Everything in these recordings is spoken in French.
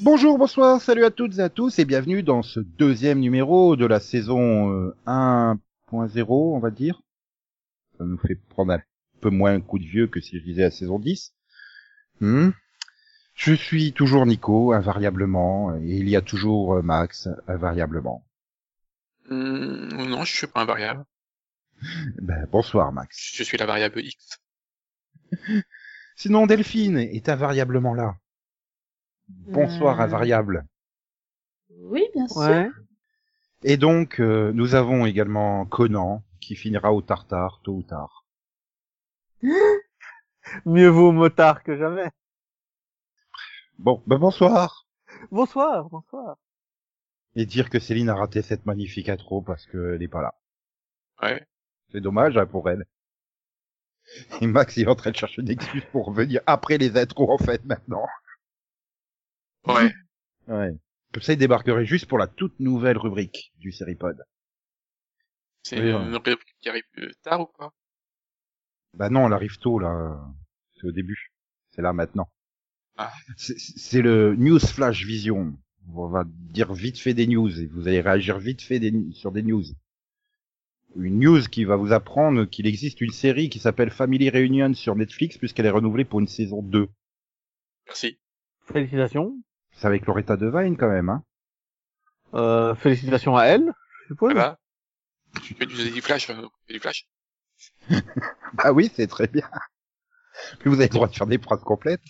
Bonjour, bonsoir, salut à toutes et à tous et bienvenue dans ce deuxième numéro de la saison euh, 1.0, on va dire. Ça nous fait prendre un peu moins un coup de vieux que si je disais la saison 10. Hmm. Je suis toujours Nico, invariablement, et il y a toujours euh, Max, invariablement. Hum, non, je suis pas invariable. Ben, bonsoir Max. Je suis la variable X. Sinon Delphine est invariablement là. Bonsoir Euh. invariable. Oui, bien sûr. Ouais. Et donc euh, nous avons également Conan qui finira au tartare tôt ou tard. Mieux vaut motard que jamais. Bon, ben bonsoir. Bonsoir, bonsoir. Et dire que Céline a raté cette magnifique intro parce qu'elle n'est pas là. Ouais. C'est dommage hein, pour elle. Et Max il est en train de chercher une excuse pour revenir après les intros en fait maintenant. Ouais. Ouais. Comme ça il débarquerait juste pour la toute nouvelle rubrique du Seripod. C'est Oui, une rubrique qui arrive euh, tard ou pas Bah non, elle arrive tôt là. C'est au début. C'est là maintenant. Ah. C'est- C'est le News Flash Vision. On va dire vite fait des news et vous allez réagir vite fait des- sur des news. Une news qui va vous apprendre qu'il existe une série qui s'appelle Family Reunion sur Netflix puisqu'elle est renouvelée pour une saison 2. Merci. Félicitations. C'est avec Loretta Devine quand même, hein. Euh, félicitations à elle, je suppose. Ça va Ah bah. Tu fais du, du flash, euh, tu fais du flash Bah oui, c'est très bien. Puis vous avez le droit de faire des phrases complètes.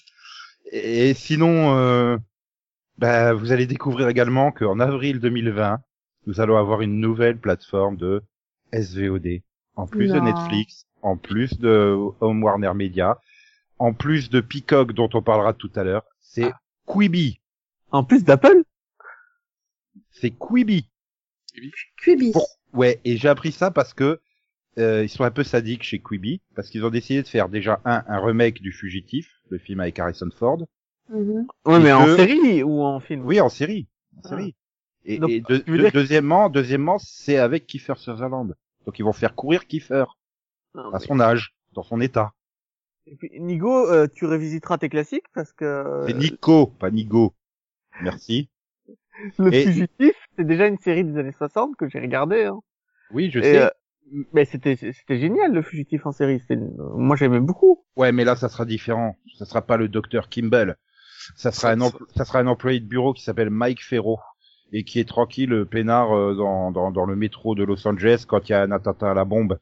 Et, et sinon, euh, bah, vous allez découvrir également qu'en avril 2020, nous allons avoir une nouvelle plateforme de SVOD. En plus de Non. Netflix, en plus de Home Warner Media, en plus de Peacock dont on parlera tout à l'heure, c'est Ah. Quibi. En plus d'Apple C'est Quibi. Cubis. Pour- Ouais, et j'ai appris ça parce que euh, ils sont un peu sadiques chez Quibi, parce qu'ils ont décidé de faire déjà un, un remake du Fugitif, le film avec Harrison Ford. Mhm. Ouais, Et mais en que- série ou en film Oui, en série. En Ah. série. Et, Donc, et de- tu veux de- dire- deuxièmement, deuxièmement, c'est avec Kiefer Sutherland. Donc ils vont faire courir Kiefer Non, à mais- son âge, dans son état. Et puis, Nigo, euh, tu révisiteras tes classiques parce que euh, C'est Nico, pas Nigo. Merci. Le et- Fugitif, c'est déjà une série des années 60 que j'ai regardée. Hein. Oui, je Et, sais. euh, mais c'était c'était génial, Le Fugitif en série. C'était- Moi, j'aimais beaucoup. Ouais, mais là, ça sera différent. Ça sera pas le docteur Kimball. Ça sera un, empl- ça sera un employé de bureau qui s'appelle Mike Ferro et qui est tranquille, euh, peinard, euh, dans, dans, dans le métro de Los Angeles quand il y a un attentat à la bombe.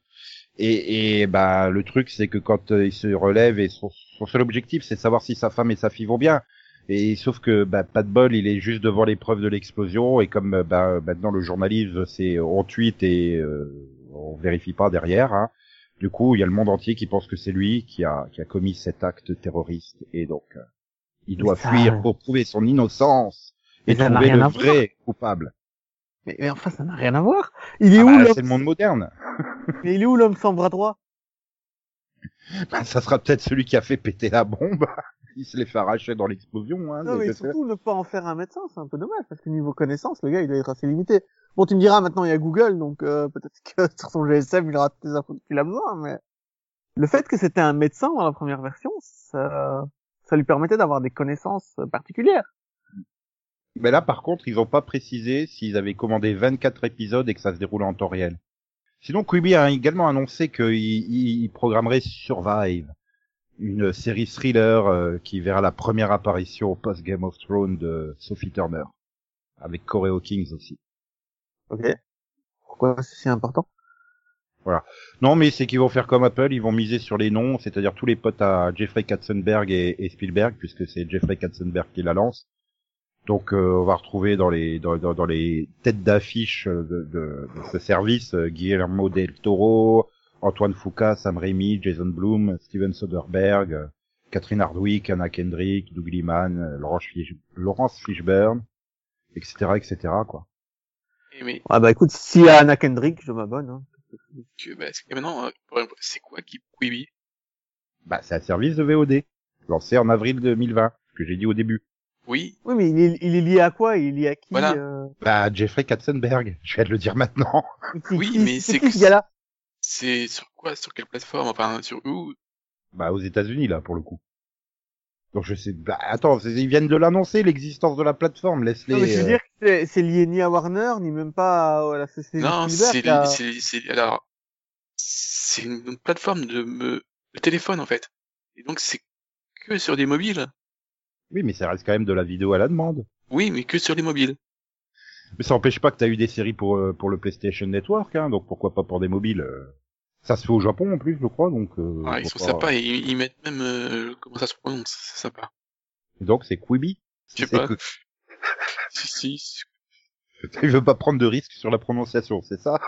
Et, et bah, le truc, c'est que quand euh, il se relève et son, son seul objectif, c'est de savoir si sa femme et sa fille vont bien. Et sauf que, bah, pas de bol, il est juste devant l'épreuve de l'explosion et comme, euh, bah, maintenant le journalisme, c'est euh, on tweet et euh, on vérifie pas derrière, hein. Du coup, il y a le monde entier qui pense que c'est lui qui a, qui a commis cet acte terroriste et donc euh, il doit ça- fuir pour prouver son innocence et Mais ça n'a trouver rien le à voir. vrai coupable. Mais, mais enfin, ça n'a rien à voir. Il est Ah où bah, l'homme c'est le monde moderne. Mais il est où l'homme sans bras droit Bah, ça sera peut-être celui qui a fait péter la bombe. Il se les fait arracher dans l'explosion. Hein, Non, des- Ah, mais des- surtout ne pas en faire un médecin, c'est un peu dommage, parce que niveau connaissance, le gars, il doit être assez limité. Bon, tu me diras, maintenant, il y a Google, donc euh, peut-être que sur son GSM, il aura toutes les infos qu'il a besoin, mais... Le fait que c'était un médecin dans la première version, ça, ça lui permettait d'avoir des connaissances euh, particulières. Mais là, par contre, ils n'ont pas précisé s'ils avaient commandé 24 épisodes et que ça se déroule en temps réel. Sinon, Quibi a également annoncé qu'il il- il programmerait Survive, une série thriller euh, qui verra la première apparition au post-Game of Thrones de Sophie Turner, avec Coreo Kings aussi. Ok. Pourquoi c'est si important Non, mais c'est qu'ils vont faire comme Apple, ils vont miser sur les noms, c'est-à-dire tous les potes à Jeffrey Katzenberg et, et Spielberg, puisque c'est Jeffrey Katzenberg qui la lance. Donc euh, on va retrouver dans les dans, dans, dans les têtes d'affiche euh, de, de- de ce service euh, Guillermo del Toro, Antoine Fuqua, Sam Raimi, Jason Blum, Steven Soderbergh, euh, Catherine Hardwick, Anna Kendrick, Doug Liman, euh, Laurence, Fish- Laurence Fishburne, etc., etc. quoi. Et mais Ah bah écoute, s'il y a Anna Kendrick, je m'abonne. Hein. que, bah, c'est- et maintenant, euh, pour- c'est quoi Keep Quibi Bah, c'est un service de VOD, lancé en avril 2020, que j'ai dit au début. Oui, Oui, mais il est, il est lié à quoi Il est lié à qui Voilà. euh, Bah, Jeffrey Katzenberg, je vais te le dire maintenant. qui- Oui, qui- mais c'est qui que- ce gars-là c'est sur quoi Sur quelle plateforme Enfin, sur où Bah, aux États-Unis, là, pour le coup. Donc, je sais, bah, attends, c'est- ils viennent de l'annoncer, l'existence de la plateforme, laisse-les. Non, mais je veux euh, dire que c'est- c'est lié ni à Warner, ni même pas à, à la société Non, Spielberg, c'est, là. c'est, c'est, alors, c'est une plateforme de, me, de téléphone, en fait. Et donc, c'est que sur des mobiles. Oui, mais ça reste quand même de la vidéo à la demande. Oui, mais que sur les mobiles. Mais ça empêche pas que t'as eu des séries pour, euh, pour le PlayStation Network, hein, donc pourquoi pas pour des mobiles. euh. Ça se fait au Japon, en plus, je crois, donc, euh, Ah, ils sont pourquoi- sympas, et ils, ils mettent même, euh, comment ça se prononce, c'est sympa. Donc, c'est Quibi. Je sais C'est pas. que- Si, si, si. Il veut pas prendre de risques sur la prononciation, c'est ça?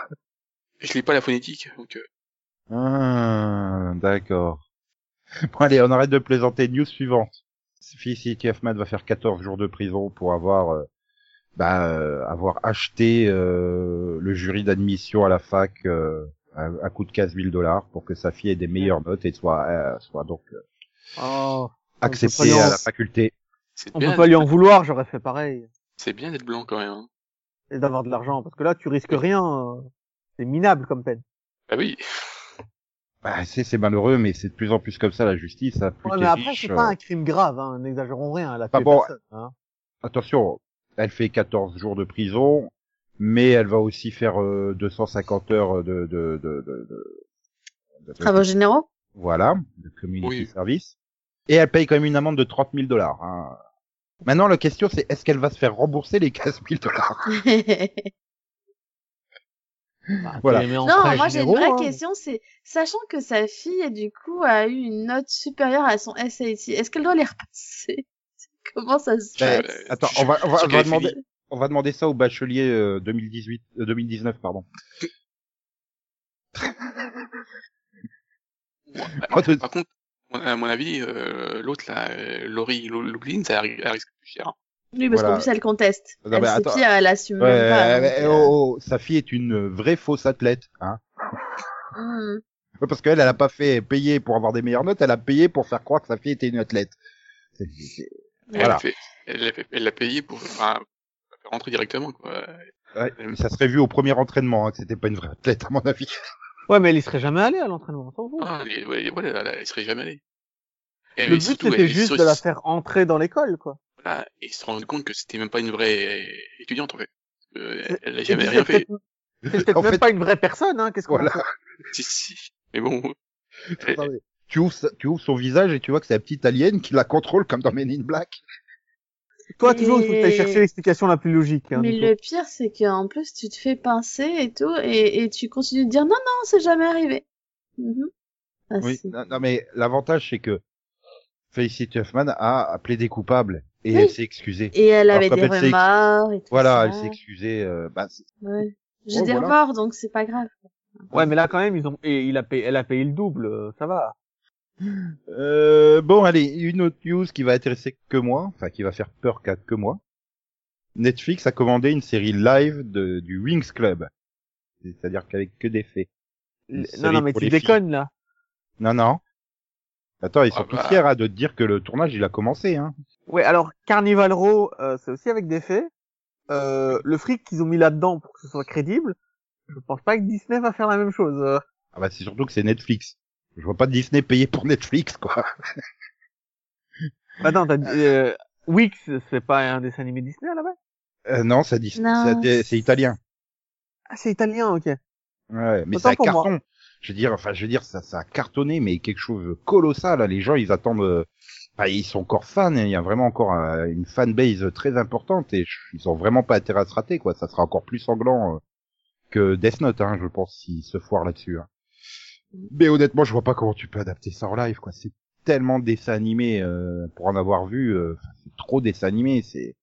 je lis pas la phonétique, donc, euh, Ah, d'accord. Bon, allez, on arrête de plaisanter. News suivante. Felicity Huffman va faire 14 jours de prison pour avoir, euh, bah, euh, avoir acheté euh, le jury d'admission à la fac euh, à, à coût de 15 000 dollars pour que sa fille ait des meilleures notes et soit, euh, soit donc euh, Oh, On peut acceptée pas à lui la en- faculté. c'est on bien, peut pas lui en vouloir, j'aurais fait pareil. c'est bien d'être blanc quand même. hein. Et d'avoir de l'argent, parce que là, tu risques rien. euh, C'est minable comme peine. Bah oui. Bah, c'est c'est malheureux, mais c'est de plus en plus comme ça la justice. hein. Plus Ouais, t'es mais après, riche, c'est euh, pas un crime grave, hein, n'exagérons rien, elle a Ah tué bon, personne. Hein. attention, elle fait 14 jours de prison, mais elle va aussi faire euh, 250 heures de, de, de, de, de- de- de- Travaux généraux voilà, de community Oui. service. Et elle paye quand même une amende de 30 000 dollars. Hein. Maintenant, la question, c'est est-ce qu'elle va se faire rembourser les 15 000 dollars Bah, Voilà. tu les mets en Non, frais moi j'ai une généraux, vraie hein. question, c'est sachant que sa fille du coup a eu une note supérieure à son SAT, est-ce qu'elle doit les repasser Comment ça se Ben, passe Euh, Attends, je- on va, on va, je- on va je- demander, on va demander ça au bachelier euh, 2018, euh, 2019, pardon. Ouais, Par contre, à mon avis, euh, l'autre là, euh, Laurie Lou- Loublin, ça arri- elle risque plus cher. hein. Oui, parce Voilà. qu'en plus elle conteste. Non, elle mais sait attends. pire, elle assume Ouais, même pas. donc, mais, euh, oh, oh, sa fille est une vraie fausse athlète, hein. hmm. Ouais, Parce qu'elle, elle a pas fait payer pour avoir des meilleures notes, elle a payé pour faire croire que sa fille était une athlète. C'est- c'est- Elle Voilà. l'a fait- elle l'a fait- elle l'a payé pour enfin, pour faire rentrer directement. Quoi. ouais, ça serait vu au premier entraînement, hein, que c'était pas une vraie athlète, à mon avis. Ouais, mais elle y serait jamais allée à l'entraînement, on s'en fout. Ah, elle, ouais, ouais, elle, elle serait jamais allée. Et Le but, surtout, c'était elle- juste sur- de la faire entrer dans l'école, quoi. voilà, et se rendre compte que c'était même pas une vraie euh, étudiante en fait. Euh, elle- elle n'a Et jamais puis, rien c'est fait. peut-être- C'est peut-être En même fait- pas une vraie personne, hein, qu'est-ce qu'on Voilà. en fait Si, si. Mais bon, elle- Attendez. Tu ouvres, sa- tu ouvres son visage et tu vois que c'est la petite alien qui la contrôle comme dans Men in Black. Toi, toujours, il faut que t'ailles Mais- chercher l'explication la plus logique. Hein, Mais Nico. le pire, c'est qu'en plus tu te fais pincer et tout, et, et tu continues de dire non, non, c'est jamais arrivé. Mhm. Ah, Oui. c'est- Non, non, mais l'avantage c'est que Felicity Huffman a appelé des coupables et Oui. elle s'est excusée. Et elle Alors avait quand des elle s'est ex- remords et tout Voilà, ça. elle s'est excusée. euh, bah, c'est- Ouais. J'ai Ouais, des voilà. remords, donc c'est pas grave. Ouais, mais là, quand même, ils ont, et il a payé, elle a payé le double, euh, ça va. Euh, bon, allez, une autre news qui va intéresser que moi, enfin qui va faire peur qu'à que moi. Netflix a commandé une série live de, du Wings Club, c'est-à-dire qu'avec que des faits. Une L- Non, série non, mais pour tu les filles. déconnes, là. Non, non. Attends, ils sont Ah bah. tous fiers hein, de te dire que le tournage il a commencé, hein. Ouais, alors, Carnival Row, euh, c'est aussi avec des faits. Euh, le fric qu'ils ont mis là-dedans pour que ce soit crédible, je pense pas que Disney va faire la même chose. euh. Ah bah c'est surtout que c'est Netflix. Je vois pas Disney payer pour Netflix quoi. Attends, t'as dit, euh, Wix, c'est pas un dessin animé Disney, là-bas? Euh, non, ça dit Non. c'est c'est italien. Ah, c'est italien, ok. Ouais, mais Autant c'est un pour moi. carton. Je veux dire, enfin je veux dire ça, ça a cartonné mais quelque chose de colossal. là. Les gens ils attendent, euh, enfin, ils sont encore fans. et Il y a vraiment encore euh, une fanbase très importante et je- ils ont vraiment pas intérêt à se rater quoi. Ça sera encore plus sanglant euh, que Death Note, hein, je pense, s'ils se foirent là-dessus. hein. Mais honnêtement, je vois pas comment tu peux adapter ça en live quoi. C'est tellement dessin animé euh, pour en avoir vu, euh, c'est trop dessin animé. C'est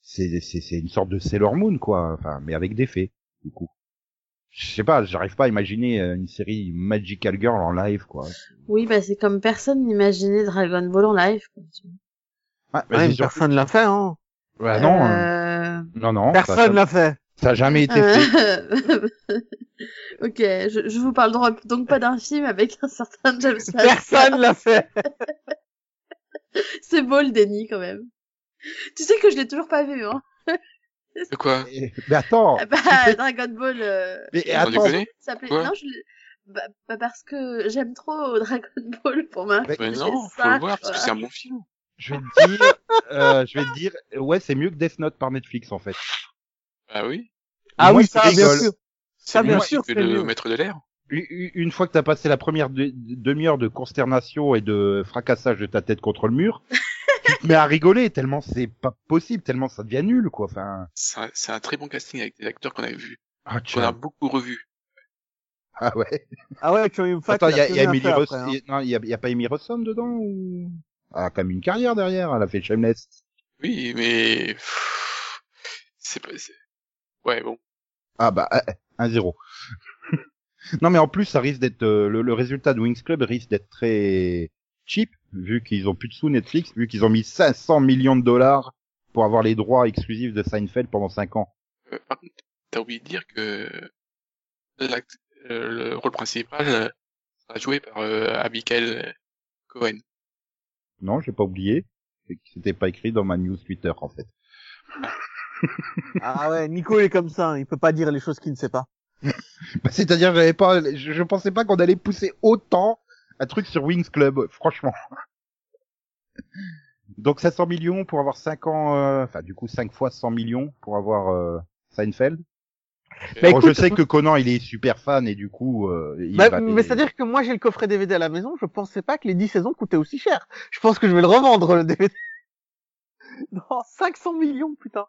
c'est c'est c'est une sorte de Sailor Moon quoi enfin mais avec des fées du coup je sais pas j'arrive pas à imaginer euh, une série Magical Girl en live quoi Oui, bah c'est comme personne n'imaginait Dragon Ball en live. quoi. ah, mais Ouais, c'est mais sûr- personne l'a fait, hein. Ouais, non hein. Euh, non non ça- Personne ça- l'a fait. Ça a jamais été fait. Euh, ok, je, je vous parle donc- donc pas d'un film avec un certain James Master. Personne l'a fait. C'est beau le déni quand même. Tu sais que je l'ai toujours pas vu, hein. De quoi Et- Mais attends. Ah Bah, Dragon Ball. euh, Mais Sans attends. déconner ça s'appelait- Ouais. Non, je l'ai- bah, bah, parce que j'aime trop euh, Dragon Ball pour moi. Mais Mais c'est non, faut ça, le voir parce que quoi. c'est un bon film. Je vais te dire, euh, je vais te dire, ouais, c'est mieux que Death Note par Netflix en fait. Ah oui. Ah Moi, oui, je ça, bien rigole. sûr. C'est Ah, bien moi sûr, qui c'est fais le mieux. maître de l'air. U- u- Une fois que t'as passé la première de- demi-heure de consternation et de fracassage de ta tête contre le mur, tu te mets à rigoler tellement c'est pas possible, tellement ça devient nul quoi. Enfin, C'est un, c'est un très bon casting avec des acteurs qu'on avait vus, ah, qu'on a beaucoup revus. ah ouais. Ah ouais, Chorium Fat. Attends, il y a, plus y a rien Emily fait Rossum, après, hein. non, il y a, y a pas Emily Rossum dedans ou Elle a quand même une carrière derrière, elle a fait Shameless. Oui, mais pff, c'est pas. c'est- Ouais, bon. Ah bah, euh, euh, 1-0. non mais en plus, ça risque d'être euh, le, le résultat de Wings Club risque d'être très cheap vu qu'ils ont plus de sous Netflix, vu qu'ils ont mis 500 millions de dollars pour avoir les droits exclusifs de Seinfeld pendant 5 ans. Euh, par contre, t'as oublié de dire que l'act- euh, le rôle principal euh, sera joué par euh, Abigail Cohen. Non, j'ai pas oublié. C'est que C'était pas écrit dans ma news Twitter en fait. Ah ouais, Nico il est comme ça, hein, il peut pas dire les choses qu'il ne sait pas. Bah, C'est-à-dire, j'avais pas, je, je pensais pas qu'on allait pousser autant un truc sur Wings Club, franchement. Donc 500 millions pour avoir 5 ans, euh, enfin du coup 5 fois 100 millions pour avoir euh, Seinfeld. Bon, Bah, écoute, je sais que Conan, il est super fan et du coup, euh, il Bah, va- mais c'est-à-dire que moi j'ai le coffret DVD à la maison, je pensais pas que les 10 saisons coûtaient aussi cher. Je pense que je vais le revendre le DVD. non, 500 millions putain.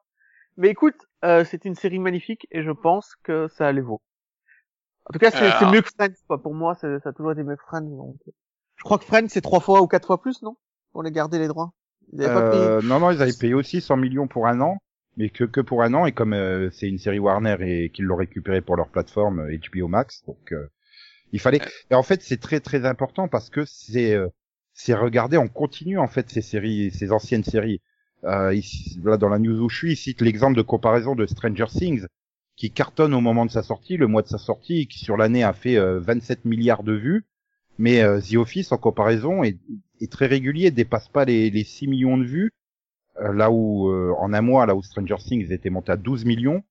Mais écoute, euh, c'est une série magnifique et je pense que ça les vaut. En tout cas, c'est Alors. c'est mieux que Friends quoi. Pour moi, c'est- ça a toujours été mieux que Friends. donc. Je crois que Friends c'est trois fois ou quatre fois plus, non Pour les garder les droits. Ils avaient pas payé. Euh, non, non, ils avaient payé aussi 100 millions pour un an, mais que, que pour un an et comme euh, c'est une série Warner et qu'ils l'ont récupéré pour leur plateforme euh, HBO Max, donc euh, il fallait. Et en fait, c'est très très important parce que c'est euh, c'est regarder en continu en fait ces séries, ces anciennes séries. Euh, ici, là, dans la news où je suis, il cite l'exemple de comparaison de Stranger Things qui cartonne au moment de sa sortie, le mois de sa sortie, et qui sur l'année a fait euh, 27 milliards de vues. Mais euh, The Office, en comparaison, est, est très régulier, dépasse pas les, les 6 millions de vues. Euh, là où, euh, en un mois, là où Stranger Things était monté à 12 millions.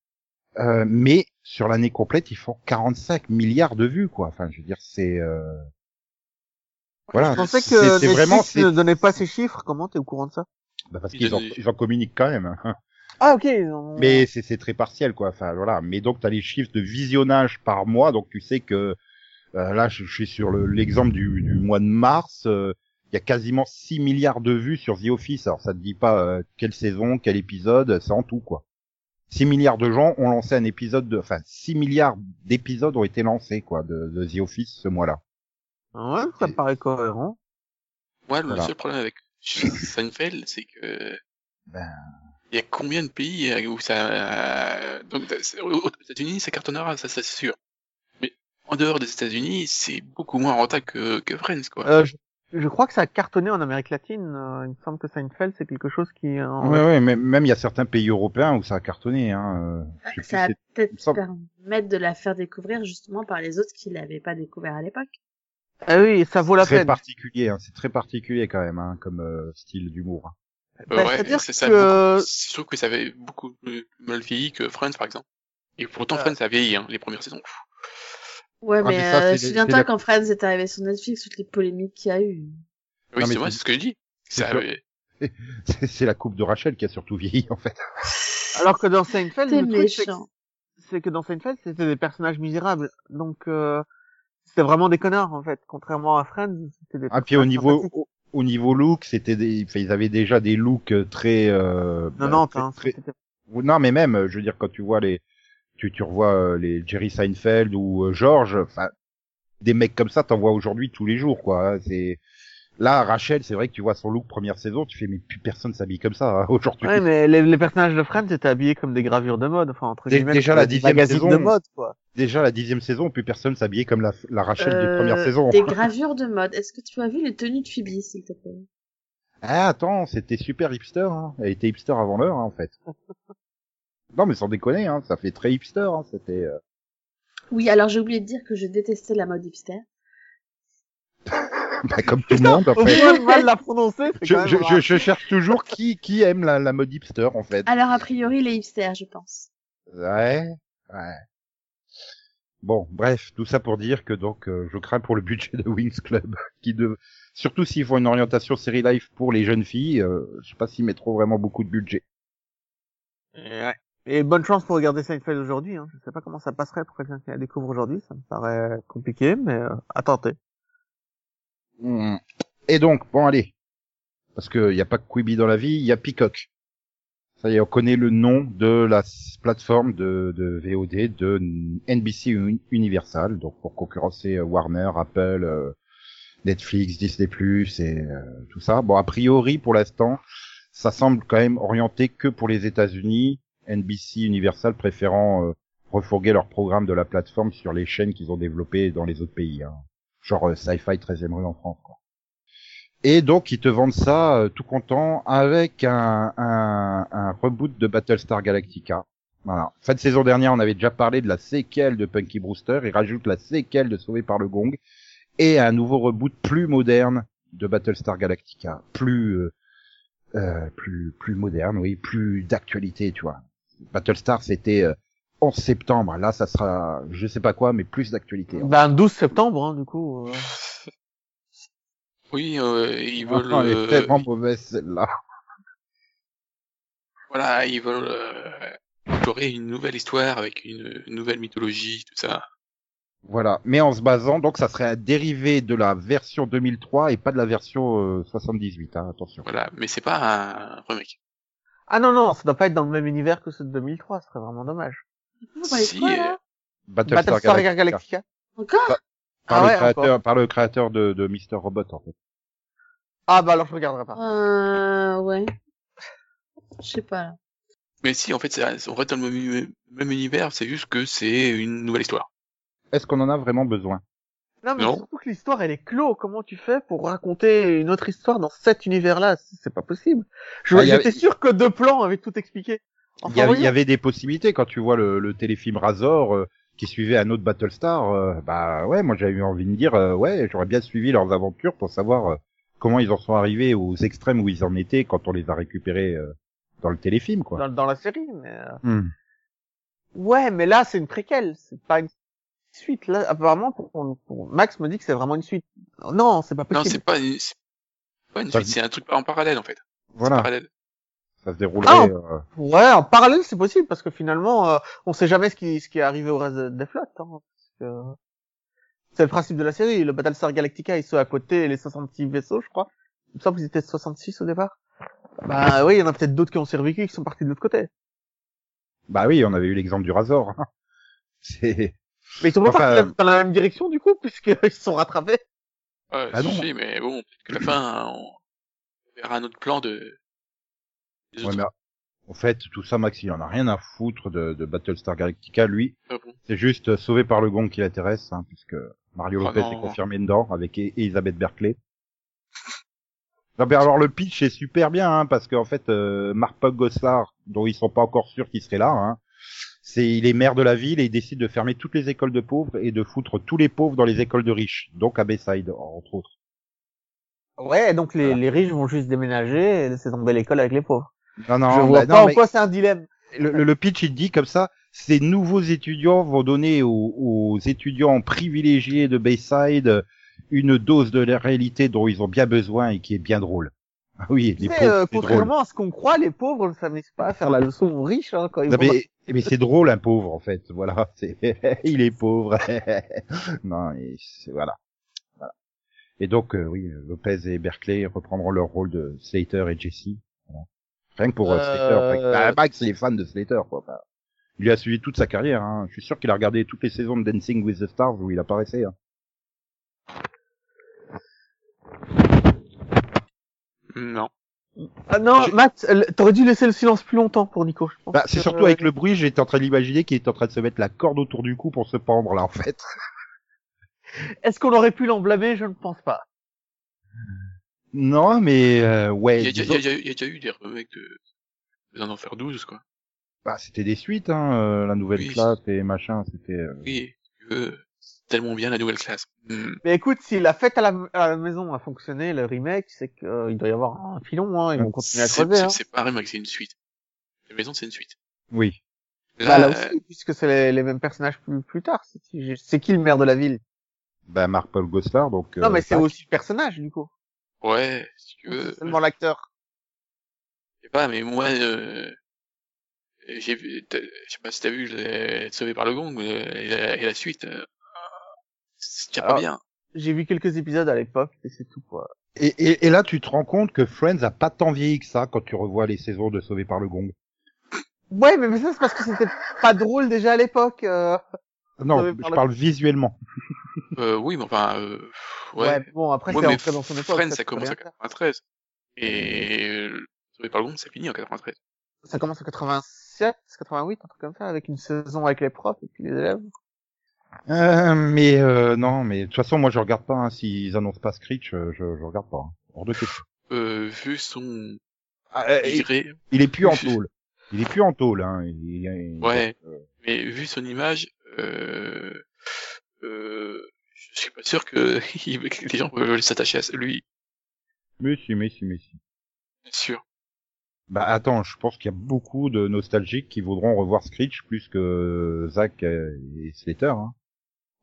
Euh, mais sur l'année complète, ils font 45 milliards de vues, quoi. Enfin, je veux dire, c'est... euh, Voilà, Je pensais c'est- que c'est Netflix vraiment... c'est- ne donnait pas ces chiffres. Comment t'es au courant de ça bah, parce Ils qu'ils en, donnent- ils en communiquent quand même. hein. Ah ok. ils ont- Mais c'est c'est très partiel, quoi. Enfin, voilà. Mais donc, tu as les chiffres de visionnage par mois. Donc, tu sais que euh, là, je, je suis sur le- l'exemple du, du mois de mars. euh, Il y a quasiment 6 milliards de vues sur The Office. Alors, ça te dit pas euh, quelle saison, quel épisode, c'est en tout, quoi. 6 milliards de gens ont lancé un épisode de... Enfin, 6 milliards d'épisodes ont été lancés, quoi, de, de The Office ce mois-là. Ouais, ça me paraît cohérent. Moi, le Voilà. seul problème avec Seinfeld, c'est que Ben. il y a combien de pays euh, où ça euh, donc t'as- c'est- aux aux États-Unis, ça cartonnera, ça, ça c'est sûr. Mais en dehors des États-Unis, c'est beaucoup moins rentable que, que Friends, quoi. Euh, je, je crois que ça a cartonné en Amérique latine. euh, il me semble que Seinfeld, c'est quelque chose qui... est en- Ouais, ouais, mais- même il y a certains pays européens où ça a cartonné. Hein, euh, Ah, je sais Ça va plus, il me peut-être semble- permettre de la faire découvrir justement par les autres qui l'avaient pas découvert à l'époque. Ah oui, ça vaut la très peine. particulier, hein, c'est très particulier quand même hein, comme euh, style d'humour. hein. Euh, bah, ouais, c'est-à-dire c'est ça. que- euh, beaucoup- Je trouve que ça avait beaucoup plus mal vieilli que Friends, par exemple. Et pourtant, Euh. Friends a vieilli, hein, les premières saisons. Pff, Ouais, Ah, mais, mais ça, euh, c'est des- c'est souviens-toi la- quand Friends est arrivé sur Netflix, toutes les polémiques qu'il y a eu. Oui, Non, mais c'est moi, c'est- c'est ce que je dis. c'est Ça sûr. avait- C'est c'est la coupe de Rachel qui a surtout vieilli en fait. Alors que dans Seinfeld, T'es le truc, c'est que- méchant. c'est que dans Seinfeld, c'était des personnages misérables. Donc, euh, c'était vraiment des connards, en fait. Contrairement à Friends, c'était des Ah puis au personnages niveau sympathiques. au, au niveau look, c'était des, enfin, ils avaient déjà des looks euh, très. Euh, Non, bah, non, très- enfin, hein. très- c'était- Ou- non, mais même, euh, je veux dire quand tu vois les, tu tu revois euh, les Jerry Seinfeld ou euh, George, enfin des mecs comme ça, t'en vois aujourd'hui tous les jours quoi. hein, c'est là Rachel, c'est vrai que tu vois son look première saison, tu fais mais plus personne s'habille comme ça hein, aujourd'hui. Ouais, mais les, les personnages de Friends étaient habillés comme des gravures de mode. Enfin, entre Dé- guillemets, déjà comme la des dixième magazines saison. de mode, quoi. Déjà la dixième saison, plus personne s'habillait comme la, la Rachel des Euh, premières saisons. Des gravures de mode. Est-ce que tu as vu les tenues de Phoebe, s'il te plaît Ah attends, c'était super hipster. Hein. Elle était hipster avant l'heure hein, en fait. Non, mais sans déconner, hein, ça fait très hipster. Hein, C'était. euh, Oui, alors j'ai oublié de dire que je détestais la mode hipster. bah, comme tout le monde, en Au fait. moins, le mal la prononcer, c'est Je, quand même je, rare. je, je cherche toujours qui qui aime la, la mode hipster en Ah. fait. Alors a priori les hipsters, je pense. Ouais, ouais. Bon, bref, tout ça pour dire que donc euh, je crains pour le budget de Wings Club, qui de surtout s'ils font une orientation série life pour les jeunes filles, euh, je sais pas s'ils mettront vraiment beaucoup de budget. Ouais. Et bonne chance pour regarder Seinfeld aujourd'hui. Hein. Je sais pas comment ça passerait pour quelqu'un qui la découvre aujourd'hui. Ça me paraît compliqué, mais euh, à tenter. Hmm. Et donc, bon allez, parce que y a pas que Quibi dans la vie, il y a Peacock. Ça y est, on connaît le nom de la s- plateforme de, de VOD de NBC Uni- Universal, donc pour concurrencer euh, Warner, Apple, euh, Netflix, Disney+ et euh, tout ça. Bon, a priori pour l'instant, ça semble quand même orienté que pour les États-Unis, NBC Universal préférant euh, refourguer leur programme de la plateforme sur les chaînes qu'ils ont développées dans les autres pays. hein genre euh, Sci-Fi 13e rue en France. Quoi. Et donc ils te vendent ça euh, tout content avec un, un, un reboot de Battlestar Galactica. Voilà. Fin de saison dernière, on avait déjà parlé de la séquelle de Punky Brewster. Ils rajoutent la séquelle de Sauvé par le Gong et un nouveau reboot plus moderne de Battlestar Galactica, plus euh, euh, plus plus moderne, oui, plus d'actualité, tu vois. Battlestar c'était euh, 11 septembre. Là, ça sera, je sais pas quoi, mais plus d'actualité. en Ben 12 septembre, hein, du coup. euh. Oui, euh, ils veulent. Ah, elle est euh, tellement mauvaise celle-là. voilà, ils veulent euh, explorer une nouvelle histoire avec une, une nouvelle mythologie, tout ça. Voilà, mais en se basant, donc ça serait un dérivé de la version 2003 et pas de la version euh, 78, hein, attention. Voilà, mais c'est pas un remake. Ah non, non, ça doit pas être dans le même univers que ceux de 2003. Ce serait vraiment dommage. Vous parlez de Si, quoi, euh, là Battlestar, Battlestar Galactica, Galactica. euh. Encore Par, Ah le ouais, créateur, par le créateur de, de Mr. Robot, en fait. Ah bah alors je regarderai pas. Euh, ouais. Je sais pas. là. Mais si, en fait, c'est- on reste dans le même, même univers, c'est juste que c'est une nouvelle histoire. Est-ce qu'on en a vraiment besoin Non, mais Non. surtout que l'histoire, elle est clos. Comment tu fais pour raconter une autre histoire dans cet univers-là C'est c'est pas possible. Je- Ah, y a- J'étais sûr que deux plans avaient tout expliqué. Il Enfin, y, avait- il y voyons. avait des possibilités, quand tu vois le, le téléfilm Razor euh, qui suivait un autre Battlestar, euh, bah ouais, moi j'avais eu envie de dire, euh, ouais, j'aurais bien suivi leurs aventures pour savoir euh, comment ils en sont arrivés aux extrêmes où ils en étaient quand on les a récupérés euh, dans le téléfilm, quoi. dans, dans la série. Mais... euh, Hmm. Ouais, mais là, c'est une préquelle. C'est pas une suite. Là, apparemment, pour, pour- pour- Max me dit que c'est vraiment une suite. Non, c'est pas Non, possible. c'est pas une, c'est pas une Pas- suite, c'est un truc en parallèle, en fait. Voilà. Parallèle. ça se déroulerait. Ah, euh, Ouais, en parallèle, c'est possible parce que finalement, euh, on sait jamais ce qui, ce qui est arrivé au reste de- des flottes. hein, parce que c'est le principe de la série. Le Battlestar Galactica, ils sont à côté, et les 66 vaisseaux, je crois. Il me semble qu'ils étaient 66 au départ. Bah oui, il y en a peut-être d'autres qui ont survécu, qui sont partis de l'autre côté. Bah oui, on avait eu l'exemple du Razor. hein. C'est Mais ils sont pas Enfin, partis dans la même direction du coup, puisqu'ils se sont rattrapés. Ouais, Ah si, non. si, mais bon, peut-être que la fin, on verra un autre plan de. des Ouais, autres- mais en fait tout ça, Max, il en a rien à foutre de, de Battlestar Galactica. Lui, Ah bon. c'est juste euh, sauvé par le gong qui l'intéresse, hein, puisque Mario Oh Lopez non. est confirmé dedans avec E- Elisabeth Berkeley. Non, mais alors le pitch est super bien hein, parce qu'en fait euh, Marpa Gossard, dont ils sont pas encore sûrs qu'il serait là, hein, c'est il est maire de la ville et il décide de fermer toutes les écoles de pauvres et de foutre tous les pauvres dans les écoles de riches, donc à Bayside entre autres. Ouais, donc les, les riches vont juste déménager et laisser tomber l'école avec les pauvres. Non non, je vois bah, non, pas en mais- quoi c'est un dilemme. le, le- le pitch, il dit comme ça, ces nouveaux étudiants vont donner aux, aux étudiants privilégiés de Bayside une dose de la réalité dont ils ont bien besoin et qui est bien drôle. Ah oui, les Mais pauvres, euh, c'est drôle. contrairement à ce qu'on croit, les pauvres ne s'amusent pas à faire la leçon aux riches hein, quand ils Non, vont mais, mais c'est drôle un pauvre en fait, voilà. c'est- il est pauvre. non, et c'est- voilà. Voilà. Et donc euh, oui, Lopez et Berkeley reprendront leur rôle de Slater et Jesse. Voilà. Rien que pour euh, Euh, Slater. Bah, Max il est fan de Slater quoi. Bah, il a suivi toute sa carrière. Hein. Je suis sûr qu'il a regardé toutes les saisons de Dancing with the Stars où il apparaissait. Hein. Non. Ah non, Je- Matt, euh, t'aurais dû laisser le silence plus longtemps pour Nico, je pense. Euh, Bah, c'est que- euh, surtout avec le bruit, j'étais en train de l'imaginer qu'il était en train de se mettre la corde autour du cou pour se pendre là en fait. Est-ce qu'on aurait pu l'en blâmer Je ne pense pas. Non mais euh, Il ouais. y a, il y a- euh, disons- il y a- il y a déjà eu des remakes de. Dans Enfer 12, quoi. Bah, c'était des suites, hein, euh, la nouvelle Oui. classe et machin, c'était. euh, Oui, euh, c'est tellement bien la nouvelle classe. Hmm. Mais écoute, si la fête à la, à la maison a fonctionné, le remake, c'est qu'il doit y avoir un filon, hein, ils vont continuer à C'est- crever. Hein. C'est c'est pas un remake, c'est une suite. La maison, c'est une suite. Oui. Bah, là euh, aussi, puisque c'est les, les mêmes personnages plus, plus tard. c'est- C'est c'est qui le maire de la ville Bah, Marc Paul Gosselaar, donc. Non, euh, mais c'est bah, aussi le personnage, du coup. ouais, si tu veux. C'est seulement l'acteur. Je sais pas, mais moi, euh, j'ai vu, t'as- je sais pas si t'as vu le- Sauvé par le Gong euh, et la, et la suite. euh, ça tient pas Alors- bien. J'ai vu quelques épisodes à l'époque, et c'est tout, quoi. Et, et, et là, tu te rends compte que Friends a pas tant vieilli que ça quand tu revois les saisons de Sauvé par le Gong. Ouais, mais, mais ça, c'est parce que c'était pas drôle déjà à l'époque. euh. Non, Sauvé je par le- parle visuellement. Euh, oui, mais enfin, euh, pff, ouais. mais bon, après, Ouais, c'est mais rentré dans son époque. Friends, ça peut commence rien en faire. 93. Et euh, Sauvé par le Gong, c'est fini en 93. Ça commence en 87, 88, un truc comme ça, avec une saison avec les profs et puis les élèves. Euh, mais euh, non, mais de toute façon, moi, je regarde pas. Hein, S'ils annoncent pas Screech, euh, je, je regarde pas. hein. Hors de question. Euh, vu son, Ah, euh, je il, dirais, il est plus en tôle. Il est plus en tôle. Hein. Il- il- Ouais. euh, mais vu son image, euh, euh, je suis pas sûr que que les gens veulent s'attacher à lui, Mais si, mais si, mais si. bien sûr. Bah attends, je pense qu'il y a beaucoup de nostalgiques qui voudront revoir Screech plus que Zack euh, et Slater. Hein.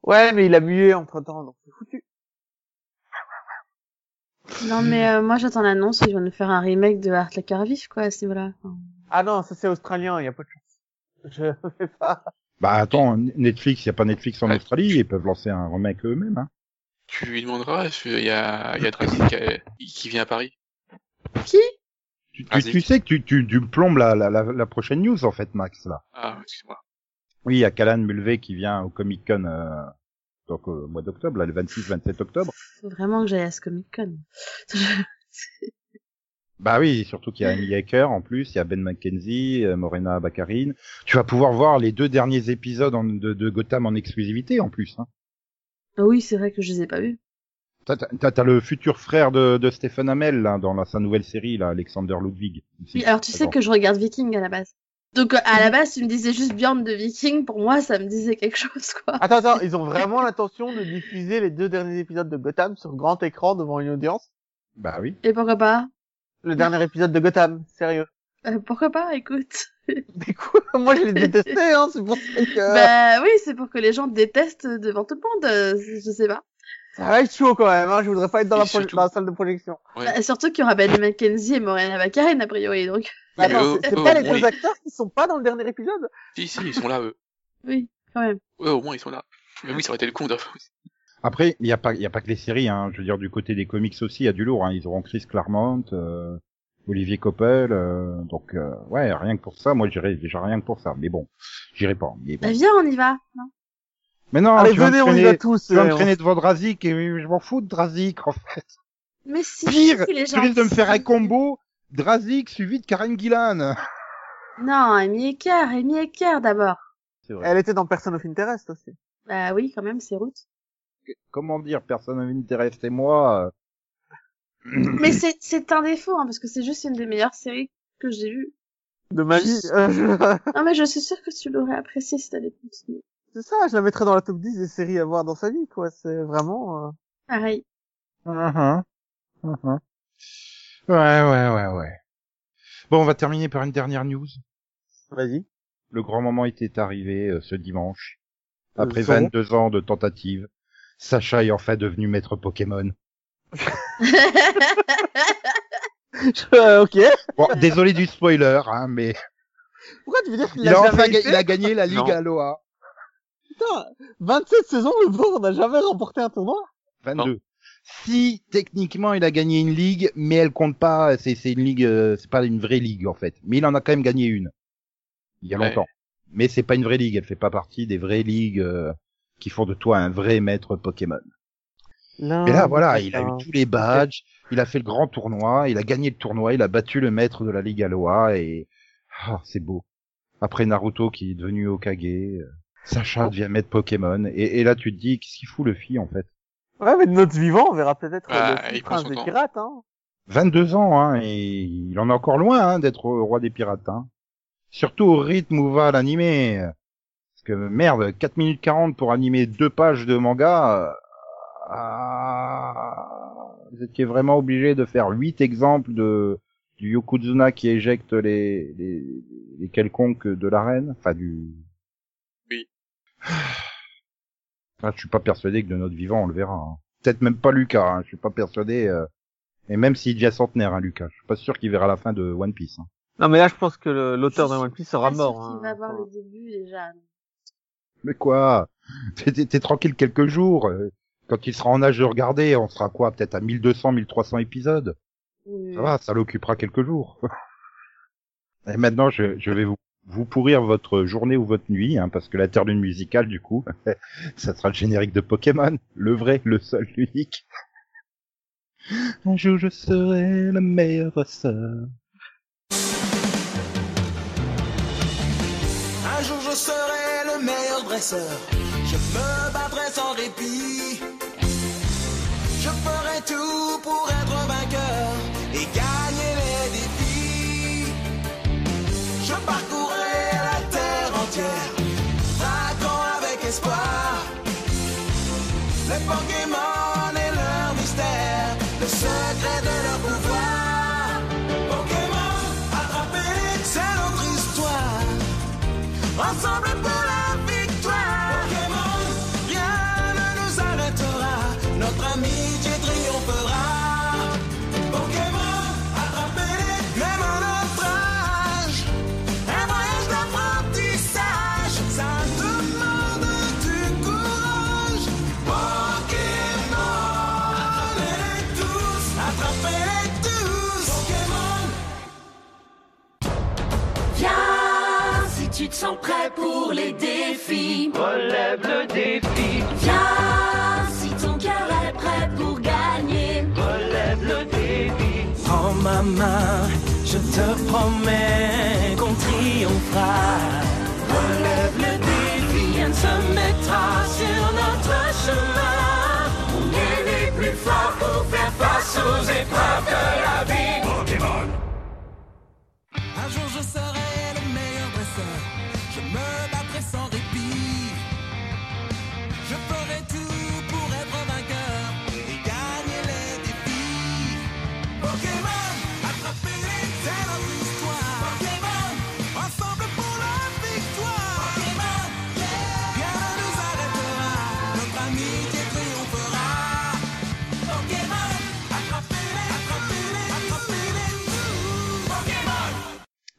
Ouais, mais il a mué entre temps, donc c'est foutu. Non, mais Hmm. euh, moi j'attends l'annonce, ils vont nous faire un remake de Art Laker Vif, quoi, à ce niveau-là. Enfin, Ah non, ça c'est australien, il y a pas de chance. Je fais pas. Bah attends, N- Netflix, il y a pas Netflix en Ouais. Australie, ils peuvent lancer un remake eux-mêmes. Hein. Tu lui demanderas, je- il y a, il y a Drazik qui, a- qui vient à Paris. Qui Tu, tu- Vas-y. tu sais que tu, tu, tu me plombes la, la, la, la prochaine news en fait, Max là. Ah, excuse-moi. Oui, il y a Calan Mulvey qui vient au Comic Con euh, donc au mois d'octobre, là, le 26-27 octobre. Faut vraiment que j'aille à ce Comic Con. Bah oui, surtout qu'il y a Amy Hacker en plus, il y a Ben McKenzie, euh, Morena Baccarin. Tu vas pouvoir voir les deux derniers épisodes en- de, de Gotham en exclusivité en plus. Hein. Ah oui, c'est vrai que je les ai pas vus. T'as- T'as t'as le futur frère de, de Stephen Amell là, dans la, sa nouvelle série, là, Alexander Ludwig. Oui, alors tu sais que je regarde Viking à la base. Donc euh, à Mhm. la base, tu me disais juste Bjorn de Viking, pour moi ça me disait quelque chose, quoi. Attends, attends, ils ont vraiment l'intention de diffuser les deux derniers épisodes de Gotham sur grand écran devant une audience. Bah oui. Et pourquoi pas Le dernier épisode de Gotham, sérieux. Euh, Pourquoi pas, écoute. Mais quoi Moi je les détestais, hein, c'est pour ça Euh. que. Bah oui, c'est pour que les gens détestent devant tout le monde, euh, je sais pas. Ça va être chaud quand même, hein, je voudrais pas être dans, Et la, pro- surtout- dans la salle de projection. Ouais. Bah, surtout qu'il y aura Ben McKenzie et Morena Baccarin, a priori, donc Mais Mais attends, eux- Bah c'est c'est eux, Euh, pas au les moins, deux acteurs qui sont pas dans le dernier épisode Si, si, ils sont là, eux. oui, quand même. Ouais, au moins, ils sont là. Mais oui, ça aurait été le con d'avoir- Après, il n'y a, pas- il y a pas que les séries, hein. je veux dire, du côté des comics aussi, il y a du lourd. Hein. Ils auront Chris Claremont, euh, Olivier Coppel, euh, donc euh, ouais, rien que pour ça, moi j'irai déjà rien que pour ça, mais bon, j'irai pas. Mais, bon. Bah viens, on y va. non mais non, Allez, tu vas venez, me on y traîner- va tous. Tu vas me euh, on- traîner devant Drazik et je m'en fous de Drazik en fait. Mais si, Pire, si, les tu gens... risques de me faire un combo Drazik suivi de Karen Gillan. Non, Amy Ecker, Amy Ecker d'abord. C'est vrai. Elle était dans Person of Interest aussi. Bah oui, quand même, c'est route. Comment dire, personne ne m'intéresse et moi. euh, Mais c'est, c'est un défaut, hein, parce que c'est juste une des meilleures séries que j'ai vues. De ma vie. euh, je- Non, mais je suis sûre que tu l'aurais apprécié si t'avais continué. C'est ça, je la mettrais dans la top 10 des séries à voir dans sa vie, quoi. C'est vraiment... euh, Pareil. Mhm. Mhm. Ouais, ouais, ouais, ouais. Bon, on va terminer par une dernière news. Vas-y. Le grand moment était arrivé euh, ce dimanche. Euh, Après Sauron. 22 ans de tentatives, Sacha est enfin devenu maître Pokémon. Euh, ok. Bon, désolé du spoiler, hein, mais Pourquoi tu veux dire qu'il il l'a a jamais enfin ga- été il a gagné la Ligue Non. Aloha. Putain, 27 saisons, le pauvre n'a jamais remporté un tournoi. 22. Si techniquement il a gagné une ligue, mais elle compte pas, c'est c'est une ligue, euh, c'est pas une vraie ligue en fait. Mais il en a quand même gagné une. Il y a Ouais. longtemps. Mais c'est pas une vraie ligue, elle fait pas partie des vraies ligues euh, qui font de toi un vrai maître Pokémon. Ah, Et là voilà, il a hein. eu tous les badges, il a fait le grand tournoi, il a gagné le tournoi, il a battu le maître de la ligue Aloha et ah, c'est beau. Après Naruto qui est devenu Okage, euh, Sacha devient maître Pokémon et, et là tu te dis qu'est-ce qu'il fout le fille en fait. Ouais, mais de notre vivant, on verra peut-être euh, Ah, Bah, le petit il prend prince son des temps. pirates, hein. 22 ans, hein, et il en est encore loin hein, d'être euh, roi des pirates. Hein. Surtout au rythme où va l'animé. Parce que merde, 4 minutes 40 pour animer deux pages de manga. euh, ah, vous étiez vraiment obligé de faire huit exemples de du Yokozuna qui éjecte les, les, les quelconques de l'arène. Enfin du. Oui. Ah, je suis pas persuadé que de notre vivant on le verra. hein. Peut-être même pas Lucas. Hein, je suis pas persuadé. euh, Et même s'il est déjà centenaire, hein, Lucas, je suis pas sûr qu'il verra la fin de One Piece. hein. Non, mais là, je pense que le- l'auteur de One Piece sera Pas mort. sûr qu'il va hein. avoir le début déjà. Mais quoi T'es- T'es t'es tranquille quelques jours. euh, Quand il sera en âge de regarder, on sera quoi Peut-être à 1200, 1300 épisodes. Oui. Euh, Ça va, ça l'occupera quelques jours. Et maintenant, je, je vais vous, vous pourrir votre journée ou votre nuit, hein, parce que la terre d'une musicale, du coup, ça sera le générique de Pokémon, le vrai, le seul, l'unique. Un jour, je serai le meilleur sœur. Un jour je serai le meilleur dresseur. Je me battrai sans répit. Je ferai tout pour être vainqueur et gagner les défis. Je parcourrai la terre entière, traquant avec espoir. Les Pokémon et leur mystère, le secret de leur pouvoir. Pokémon, attrapez, c'est notre histoire. Ensemble pour la victoire Pokémon, rien ne nous arrêtera Notre amitié triomphera Pokémon, attrapez-les Même un naufrage Un voyage d'apprentissage Ça demande du courage Pokémon Attrapez-les tous Attrapez-les tous Pokémon Viens, si tu te sens prêt pour les défis. Relève le défi. Viens, si ton cœur est prêt pour gagner. Prends ma main, je te promets qu'on triomphera. Relève le défi, rien ne se mettra sur notre chemin. On est les plus forts pour faire face aux épreuves de la vie. Pokémon. Un jour je serai le meilleur dresseur, je me battrai sans répit. Je ferai tout pour être vainqueur et gagner les défis. Pokémon, attrapez-les, c'est notre histoire. Pokémon, ensemble pour la victoire. Pokémon, rien ne nous arrêtera. Notre amitié triomphera. Pokémon, attrapez-les, attrapez-les, attrapez-les tous. Pokémon.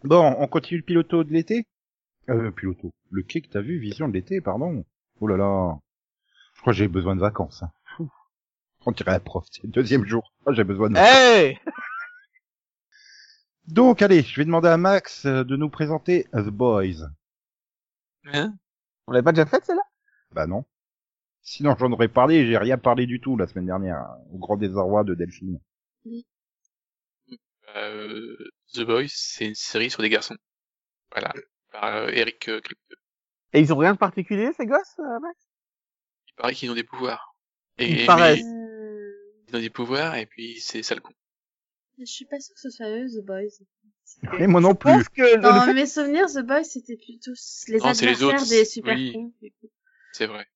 Bon, on continue le piloto de l'été Euh, piloto. Le quai que t'as vu, vision de l'été, pardon. Oh là là. Je crois que j'ai besoin de vacances. hein. Fou. On dirait la prof, c'est le deuxième jour. Ah, j'ai besoin de Hey Eh, Donc, allez, je vais demander à Max euh, de nous présenter The Boys. Hein On l'avait pas déjà fait, celle-là Bah non. Sinon, j'en aurais parlé et j'ai rien parlé du tout la semaine dernière, hein, au grand désarroi de Delphine. Euh, The Boys, c'est une série sur des garçons. Voilà. Par euh, Eric euh, Kripke. Et ils ont rien de particulier, ces gosses, euh, Max Il paraît qu'ils ont des pouvoirs. Et, Ils mais paraissent. Euh, ils ont des pouvoirs et puis c'est ça le con. Je suis pas sûre que ce soit eux, The Boys. Et moi non Je pense plus. que le- le Dans fait- mes souvenirs, The Boys, c'était plutôt s- les Non, c'est les adversaires autres, des super oui. cons. C'est vrai.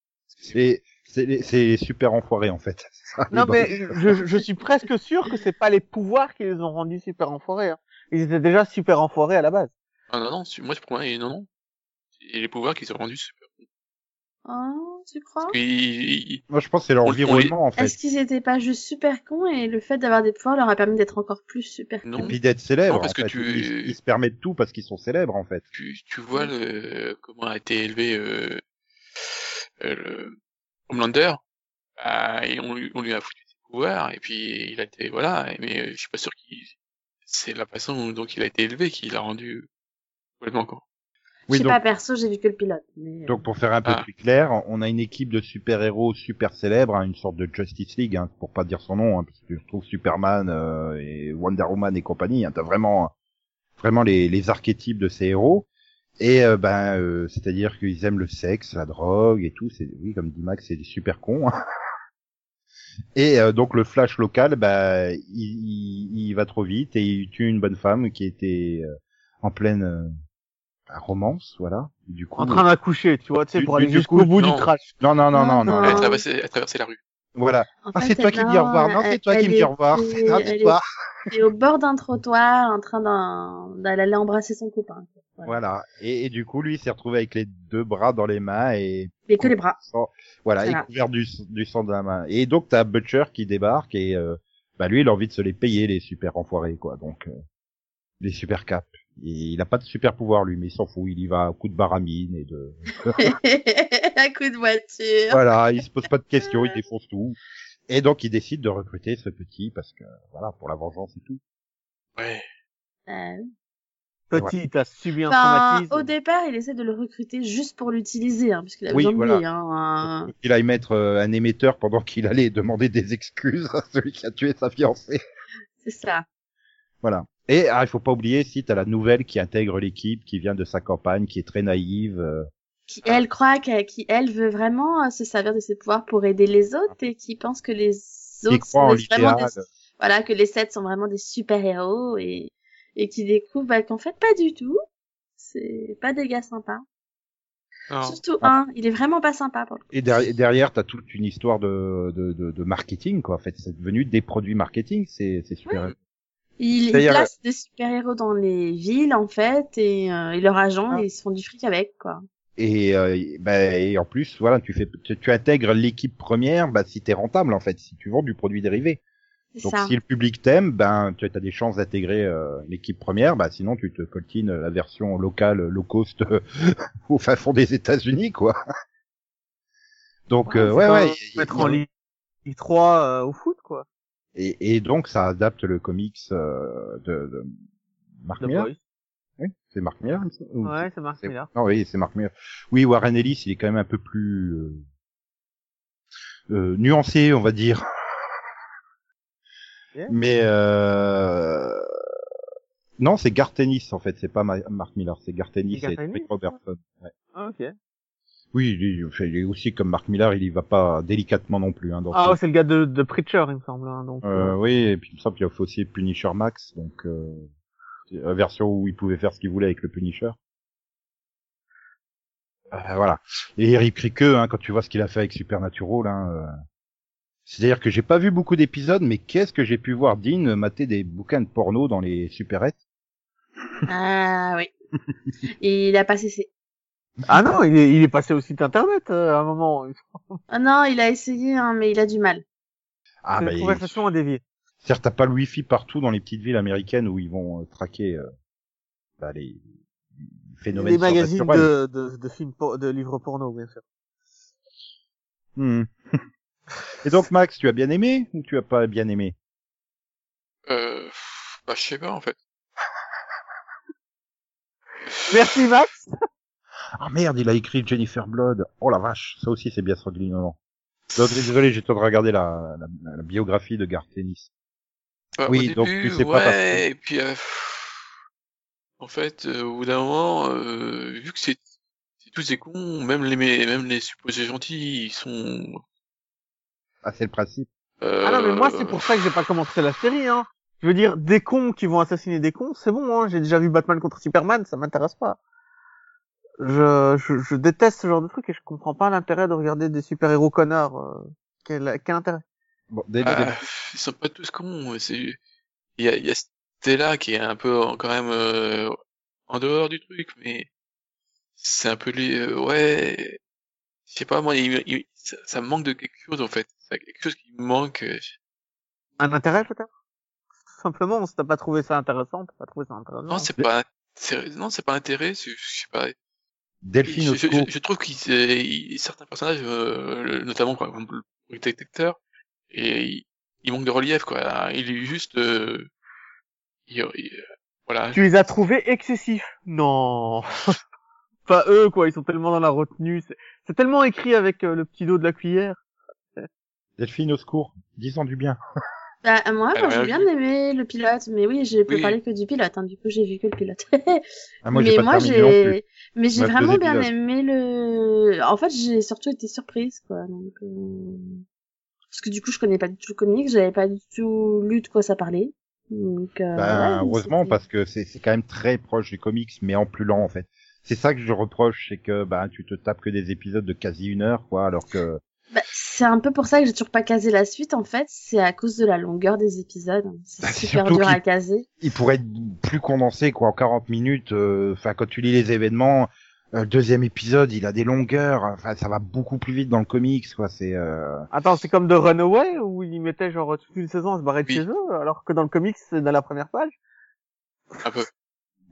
C'est c'est les- c'est les super enfoirés en fait. Ah, les Non, Boys. mais je, je- je suis presque sûr que c'est pas les pouvoirs qui les ont rendus super enfoirés. hein. Ils étaient déjà super enfoirés à la base. Ah non, non, c'est- moi, pour moi, et non, non. Et les pouvoirs qu'ils ont rendus super. Oh, tu crois Ils- ils- ils- Moi je pense que c'est On- on l'environnement en Est-ce fait. qu'ils étaient pas juste super cons et le fait d'avoir des pouvoirs leur a permis d'être encore plus super cons Et non, puis d'être célèbres. Non, parce en que fait. tu- ils, ils se permettent tout parce qu'ils sont célèbres en fait. tu, tu vois le, comment a été élevé euh, euh, le Homelander. Ah, et on, lui- on lui a foutu ses pouvoirs et puis il a été voilà. Mais euh, je suis pas sûr qu'il c'est la façon dont il a été élevé qui l'a rendu complètement con. Je Oui, sais donc- pas, perso, j'ai vu que le pilote. Mais... euh, Donc pour faire un peu Ah. plus clair, on a une équipe de super-héros super célèbres, hein, une sorte de Justice League, hein, pour pas dire son nom, hein, parce que tu retrouves Superman euh, et Wonder Woman et compagnie. Hein, T'as vraiment vraiment les, les archétypes de ces héros. Et euh, ben euh, c'est-à-dire qu'ils aiment le sexe, la drogue et tout. C'est oui comme dit Max, c'est des super cons. hein. Et euh, donc le Flash local, bah il, il, il va trop vite et il tue une bonne femme qui était euh, en pleine euh, bah, romance, voilà. Du coup, En train d'accoucher, tu vois, tu sais, Du- pour aller du- du jusqu'au coup, bout non. du trash. non, non, non, non, non, Elle a non. traversé, elle a traversé la rue. Voilà. En Ah, fait, c'est toi qui me dis au revoir. Non, elle- c'est toi qui elle me dis au revoir. était- C'est toi, elle c'est toi. était au bord d'un trottoir en train d'en- d'aller aller embrasser son copain. Voilà. Et, et du coup, lui, il s'est retrouvé avec les deux bras dans les mains et Mais que les bras. sans- voilà, Voilà. et couvert du, du sang de la main. Et donc, t'as Butcher qui débarque et euh, bah lui, il a envie de se les payer les super enfoirés, quoi. Donc, euh, les super caps. Et il a pas de super pouvoir lui, mais il s'en fout. Il y va à coup de baramine et de Un coup de voiture. voilà, il se pose pas de questions, il défonce tout. Et donc, il décide de recruter ce petit parce que voilà, pour la vengeance et tout. Ouais. Euh, Petit, t'as subi un enfin, traumatisme. au départ, il essaie de le recruter juste pour l'utiliser, hein, puisqu'il a Oui, besoin de lui. voilà. Hein, un- Il aille mettre euh, un émetteur pendant qu'il allait demander des excuses à celui qui a tué sa fiancée. C'est ça. Voilà. Et ah, il faut pas oublier si t'as la nouvelle qui intègre l'équipe, qui vient de sa campagne, qui est très naïve. euh, Qui, elle croit qu'elle qui, elle veut vraiment euh, se servir de ses pouvoirs pour aider les autres et qui pense que les qui autres croit en sont vraiment l'idéal. des voilà, que les sept sont vraiment des super-héros et, et qui découvrent bah, qu'en fait, pas du tout. C'est pas des gars sympas. Non. Surtout Ah. un, il est vraiment pas sympa pour le coup. Et derrière, derrière t'as toute une histoire de, de, de, de marketing quoi. En fait, c'est devenu des produits marketing. C'est c'est super. Il, il D'ailleurs, place des super-héros dans les villes, en fait, et, euh, et leurs agents, Ah. ils se font du fric avec, quoi. Et euh, et- ben, et en plus voilà, tu fais tu, tu intègres l'équipe première. Bah si t'es rentable en fait, si tu vends du produit dérivé. C'est Donc ça. si le public t'aime, ben tu as des chances d'intégrer euh, l'équipe première. Bah sinon tu te coltines la version locale, low cost au fin fond des États-Unis quoi. Donc euh, ouais Enfin, ouais. il- Mettre il- en ligne 3 euh, au foot, quoi. Et, et donc ça adapte le comics euh, de, de Mark The Millar. Boys. Oui, c'est Mark Millar. il me semble, ou- Ouais, c'est Marc c'est- Millar. Non, Ah oui, c'est Mark Millar. Oui, Warren Ellis, il est quand même un peu plus euh, euh, nuancé, on va dire. Yeah. Mais euh... non, c'est Gartenis en fait. C'est pas Ma- Mark Millar, c'est Gartenis C'est et Gartenis, Rick Robertson. Ouais. Ah, ok. Oui, il est- enfin, il est aussi comme Mark Millar, il y va pas délicatement non plus. Hein, dans Ah, son- ouais, c'est le gars de, de Preacher, il me semble. hein, donc, Euh, oui, et puis comme ça, puis il faut aussi Punisher Max, donc euh, la version où il pouvait faire ce qu'il voulait avec le Punisher. Euh, voilà. Et Eric Riqueux, hein, quand tu vois ce qu'il a fait avec Supernatural, hein, euh, c'est-à-dire que j'ai pas vu beaucoup d'épisodes, mais qu'est-ce que j'ai pu voir Dean mater des bouquins de porno dans les supérettes Ah oui. Et il a pas cessé. Ah non, il est, il est passé au site internet euh, à un moment. Ah non, il a essayé, hein, mais il a du mal. Ah c'est bah, une conversation à dévier. certes t'as pas le wifi partout dans les petites villes américaines où ils vont euh, traquer euh, bah, les les phénomènes Les magazines surnaturels. de, de, de films, por- de livres porno, bien sûr. Hmm. Et donc Max, tu as bien aimé ou tu as pas bien aimé Euh, pff, bah, je sais pas, en fait. Merci Max. Ah merde, il a écrit Jennifer Blood. Oh la vache, ça aussi c'est bien sanguinolent. Donc désolé, j'ai le temps de regarder la, la, la biographie de Garth Ennis. Bah, Oui, au donc début, tu sais pas ouais, parce et puis euh, pff, en fait, euh, au bout d'un moment, euh, vu que c'est c'est tous des cons, même les mé- même les supposés gentils, ils sont. Ah c'est le principe. euh, Ah non, mais moi c'est pour ça que j'ai pas commencé la série. Hein. Je veux dire, des cons qui vont assassiner des cons, c'est bon. Hein. J'ai déjà vu Batman contre Superman, ça m'intéresse pas. Je, je, je déteste ce genre de truc et je comprends pas l'intérêt de regarder des super héros connards. euh, quel, quel intérêt Bon, dès- dès- Ah, ils sont pas tous cons. ouais, C'est il y a, il y a Stella qui est un peu en- quand même euh, en dehors du truc, mais c'est un peu lui. euh, ouais, je sais pas moi, il- il- ça, ça me manque de quelque chose en fait. C'est quelque chose qui me manque. euh, Un intérêt peut-être Tout Simplement, si t'as pas trouvé ça intéressant, t'as pas trouvé ça intéressant. Non, c'est pas intéressant. Non, c'est pas intéressant. Je sais pas. Delphine Je, je- Osco. je- je trouve qu'il s'est- il- certains personnages, euh, le- notamment quoi, par exemple, le détecteur, et il, il manque de relief quoi. Il est juste, euh, il- il- voilà. Tu les as trouvés excessifs Non. pas eux, quoi. Ils sont tellement dans la retenue. C'est, c'est tellement écrit avec euh, le petit dos de la cuillère. Delphine Osco. Disons du bien. Bah, moi, Elle a moi, rien j'ai bien vu. aimé le pilote, mais oui, je peux Oui. parler que du pilote, hein, du coup, j'ai vu que le pilote. Ah, moi mais j'ai pas moi, terminé non plus. j'ai, mais j'ai Moi, je vraiment faisais bien pilote. aimé le. En fait, j'ai surtout été surprise, quoi. Donc, euh, Parce que du coup, je connais pas du tout le comic, j'avais pas du tout lu de quoi ça parlait. Donc, euh, Ben, ouais, heureusement c'était- parce que c'est c'est quand même très proche du comics mais en plus lent en fait. c'est ça que je reproche, c'est que bah tu te tapes que des épisodes de quasi une heure, quoi, alors que Bah, c'est un peu pour ça que j'ai toujours pas casé la suite en fait, c'est à cause de la longueur des épisodes. C'est Bah, c'est super surtout dur à qu'il- caser. il pourrait être plus condensé, quoi, en 40 minutes. euh, Enfin, quand tu lis les événements, euh, le deuxième épisode, il a des longueurs. Enfin, ça va beaucoup plus vite dans le comics, quoi. C'est euh, Attends, c'est comme de Runaway où ils mettaient genre toute une saison à se barrer de Oui. chez eux, alors que dans le comics, c'est dans la première page. Un peu.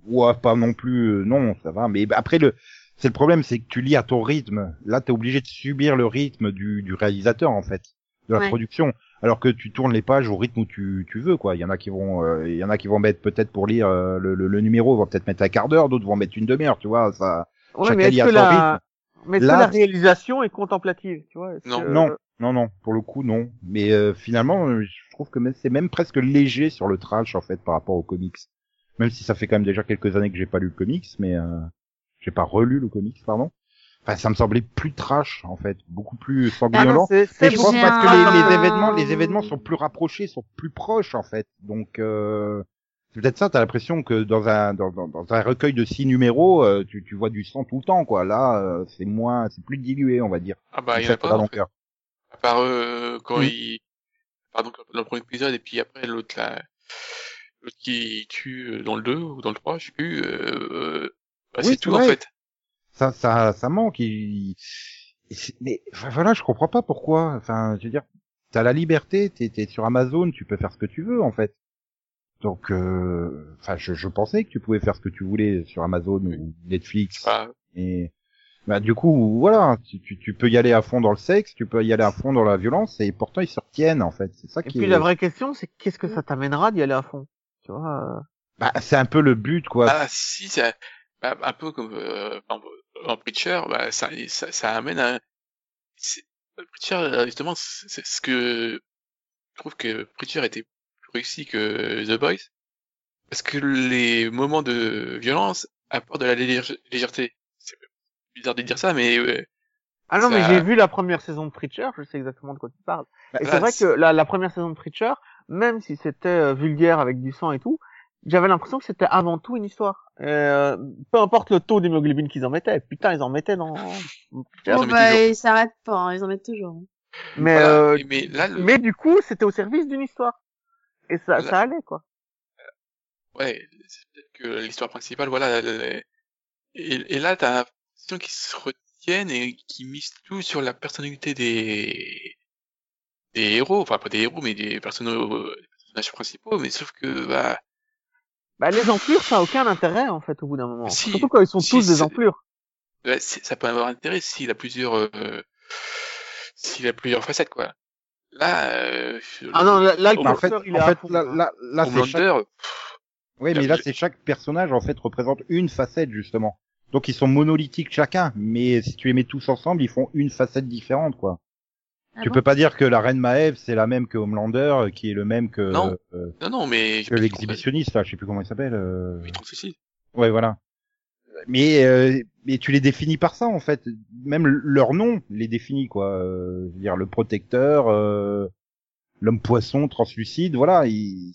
ouais, pas non plus, euh, non, ça va. Mais après le, c'est le problème, c'est que tu lis à ton rythme. Là, t'es obligé de subir le rythme du, du réalisateur, en fait, de la Ouais. production. Alors que tu tournes les pages au rythme où tu, tu veux, quoi. Il y en a qui vont, euh, il y en a qui vont mettre peut-être pour lire euh, le, le, le numéro, vont peut-être mettre un quart d'heure, d'autres vont mettre une demi-heure, tu vois. Ça, Ouais, Chacun mais y est-ce a que son la... mais est-ce que Là- la réalisation est contemplative, tu vois est-ce Non. que- Ah Non, non, non, pour le coup, non. Mais euh, finalement, euh, je trouve que même- c'est même presque léger sur le trash, en fait, par rapport aux comics. Même si ça fait quand même déjà quelques années que j'ai pas lu le comics, mais euh, j'ai pas relu le comics, pardon. Enfin, ça me semblait plus trash, en fait, beaucoup plus Ah non, sanglant. c'est Mais Ah c'est je j'ai pense beaucoup parce plus que les, trash. les un- événements, les événements sont plus rapprochés, sont plus proches, en fait. Donc, euh, c'est peut-être ça. T'as l'impression que dans un dans, dans, dans un recueil de six numéros, euh, tu, tu vois du sang tout le temps, quoi. Là, euh, c'est moins, c'est plus dilué, on va dire. Ah bah, C'est il y en ça a que pas, t'as dans en le fait. cœur. À part euh, quand Mm. il... Pardon, dans le premier épisode, et puis après l'autre là... L'autre qui tue euh, dans le 2 ou dans le 3, je sais plus. Euh... bah, Oui, c'est c'est tout, en vrai. fait. ça ça ça manque il- et c'est- mais enfin, voilà je comprends pas pourquoi enfin je veux dire t'as la liberté t'es t'es sur Amazon tu peux faire ce que tu veux en fait donc euh, enfin je, je pensais que tu pouvais faire ce que tu voulais sur Amazon ou Netflix Enfin, et bah du coup voilà tu, tu, tu peux y aller à fond dans le sexe tu peux y aller à fond dans la violence et pourtant ils se retiennent en fait c'est ça Et qui puis est- la vraie question, c'est qu'est-ce que ça t'amènera d'y aller à fond Tu vois euh, bah, c'est un peu le but quoi Ah si, ça, bah, un peu comme euh, en, en Preacher, bah, ça, ça, ça amène à... c'est- Preacher, euh, justement, c'est c'est ce que je trouve que Preacher était plus réussi que The Boys, parce que les moments de violence apportent de la légère- légèreté. C'est bizarre de dire ça, mais euh, Ah non, mais Ça- j'ai vu la première saison de Preacher, je sais exactement de quoi tu parles. Bah, et là, c'est vrai c'est- que la, la première saison de Preacher, même si c'était euh, vulgaire avec du sang et tout, j'avais l'impression que c'était avant tout une histoire. Euh, peu importe le taux d'hémoglobine qu'ils en mettaient, putain, ils en mettaient dans... en Ah, Bon, mettent bah, toujours. ils s'arrêtent pas, hein, ils en mettent toujours. Mais, voilà. euh, Et- mais là, le- mais du coup, c'était au service d'une histoire. Et ça, Là- ça allait, quoi. ouais, c'est peut-être que l'histoire principale, voilà, elle- elle- et, et là, t'as l'impression qu'ils se retiennent et qu'ils misent tout sur la personnalité des, des héros, enfin pas des héros, mais des personnages, des personnages principaux, mais sauf que, bah, Bah, les enflures, ça a aucun intérêt, en fait, au bout d'un moment. Si. Surtout quand ils sont Si, tous des c'est- enflures. bah, c'est- ça peut avoir intérêt s'il a plusieurs, euh, s'il a plusieurs facettes, quoi. Là, euh, Ah non, là, là, le Bah, en fait, curseur, il est en à fait fond. là, hein. là, là, c'est chaque- Homelander, Oui, mais là, c'est chaque personnage, en fait, représente une facette, justement. Donc, ils sont monolithiques chacun, mais si tu les mets tous ensemble, ils font une facette différente, quoi. Ah tu bon peux pas dire que la reine Maeve, c'est la même que Homelander, euh, qui est le même que, Non. euh, non, non, mais... que l'exhibitionniste, là, je sais plus comment il s'appelle. euh, Oui, Translucide. Ouais, voilà. Mais, euh, mais tu les définis par ça, en fait. Même le- leur nom les définit, quoi. Euh, je veux dire, le protecteur, euh, l'homme poisson, translucide, voilà. Il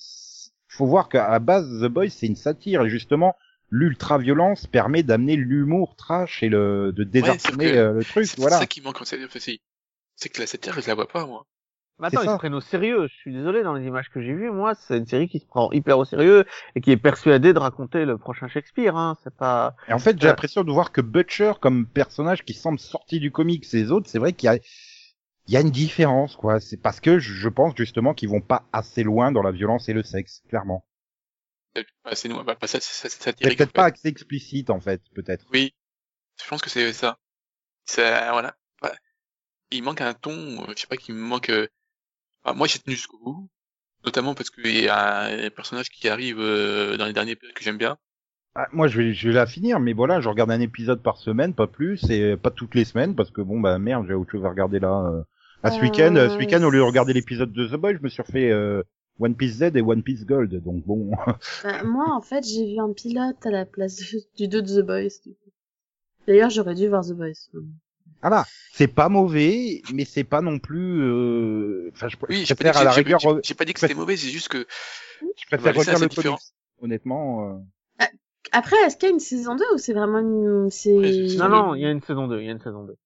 faut voir qu'à la base, The Boys, c'est une satire. Et justement, l'ultra-violence permet d'amener l'humour trash et le, de désarçonner que- euh, le truc, C'est voilà. ça qui manque en série aussi. C'est que la satire, je la vois pas, moi. Mais attends, C'est ils ça. se prennent au sérieux. Je suis désolé, dans les images que j'ai vues, moi, c'est une série qui se prend hyper au sérieux et qui est persuadée de raconter le prochain Shakespeare. Hein. C'est pas. Et en fait, j'ai Euh. l'impression de voir que Butcher, comme personnage qui semble sorti du comics, les autres, c'est vrai qu'il y a, il y a une différence, quoi. C'est parce que je je pense justement qu'ils vont pas assez loin dans la violence et le sexe, clairement. Ah, c'est nous, bah, pas ça, ça, ça, C'est satirique, peut-être en pas fait. assez explicite, en fait, peut-être. Oui, je pense que c'est ça. Ça, voilà. Bah, il manque un ton, euh, je sais pas, qui me manque. euh, bah, moi, j'ai tenu jusqu'au bout, notamment parce qu'il y a un personnage qui arrive euh, dans les derniers épisodes que j'aime bien. Ah, moi, je vais, je vais la finir, mais voilà, je regarde un épisode par semaine, pas plus, et pas toutes les semaines, parce que bon, bah merde, j'ai autre chose à regarder là. euh. Ah, ce Euh, week-end, euh, ce week-end, au lieu de regarder c'est- l'épisode de The Boy, je me suis refait euh, One Piece Z et One Piece Gold, donc bon. Bah, moi, en fait, j'ai vu un pilote à la place de- du 2 de The Boys. du coup. D'ailleurs, j'aurais dû voir The Boys. Ah bah. Voilà, c'est pas mauvais, mais c'est pas non plus. euh, Enfin, je, Oui, je j'ai pas, dit préfère à que la j'ai- j'ai- rigueur, re- j'ai- j'ai pas dit que c'était mauvais, c'est juste que je préfère Bah, ça, relire c'est le différent. comics. Honnêtement, euh, Après, est-ce qu'il y a une saison 2 ou c'est vraiment une... Ouais, c'est... c'est- Non, non, il y a une saison 2, il y a une saison 2.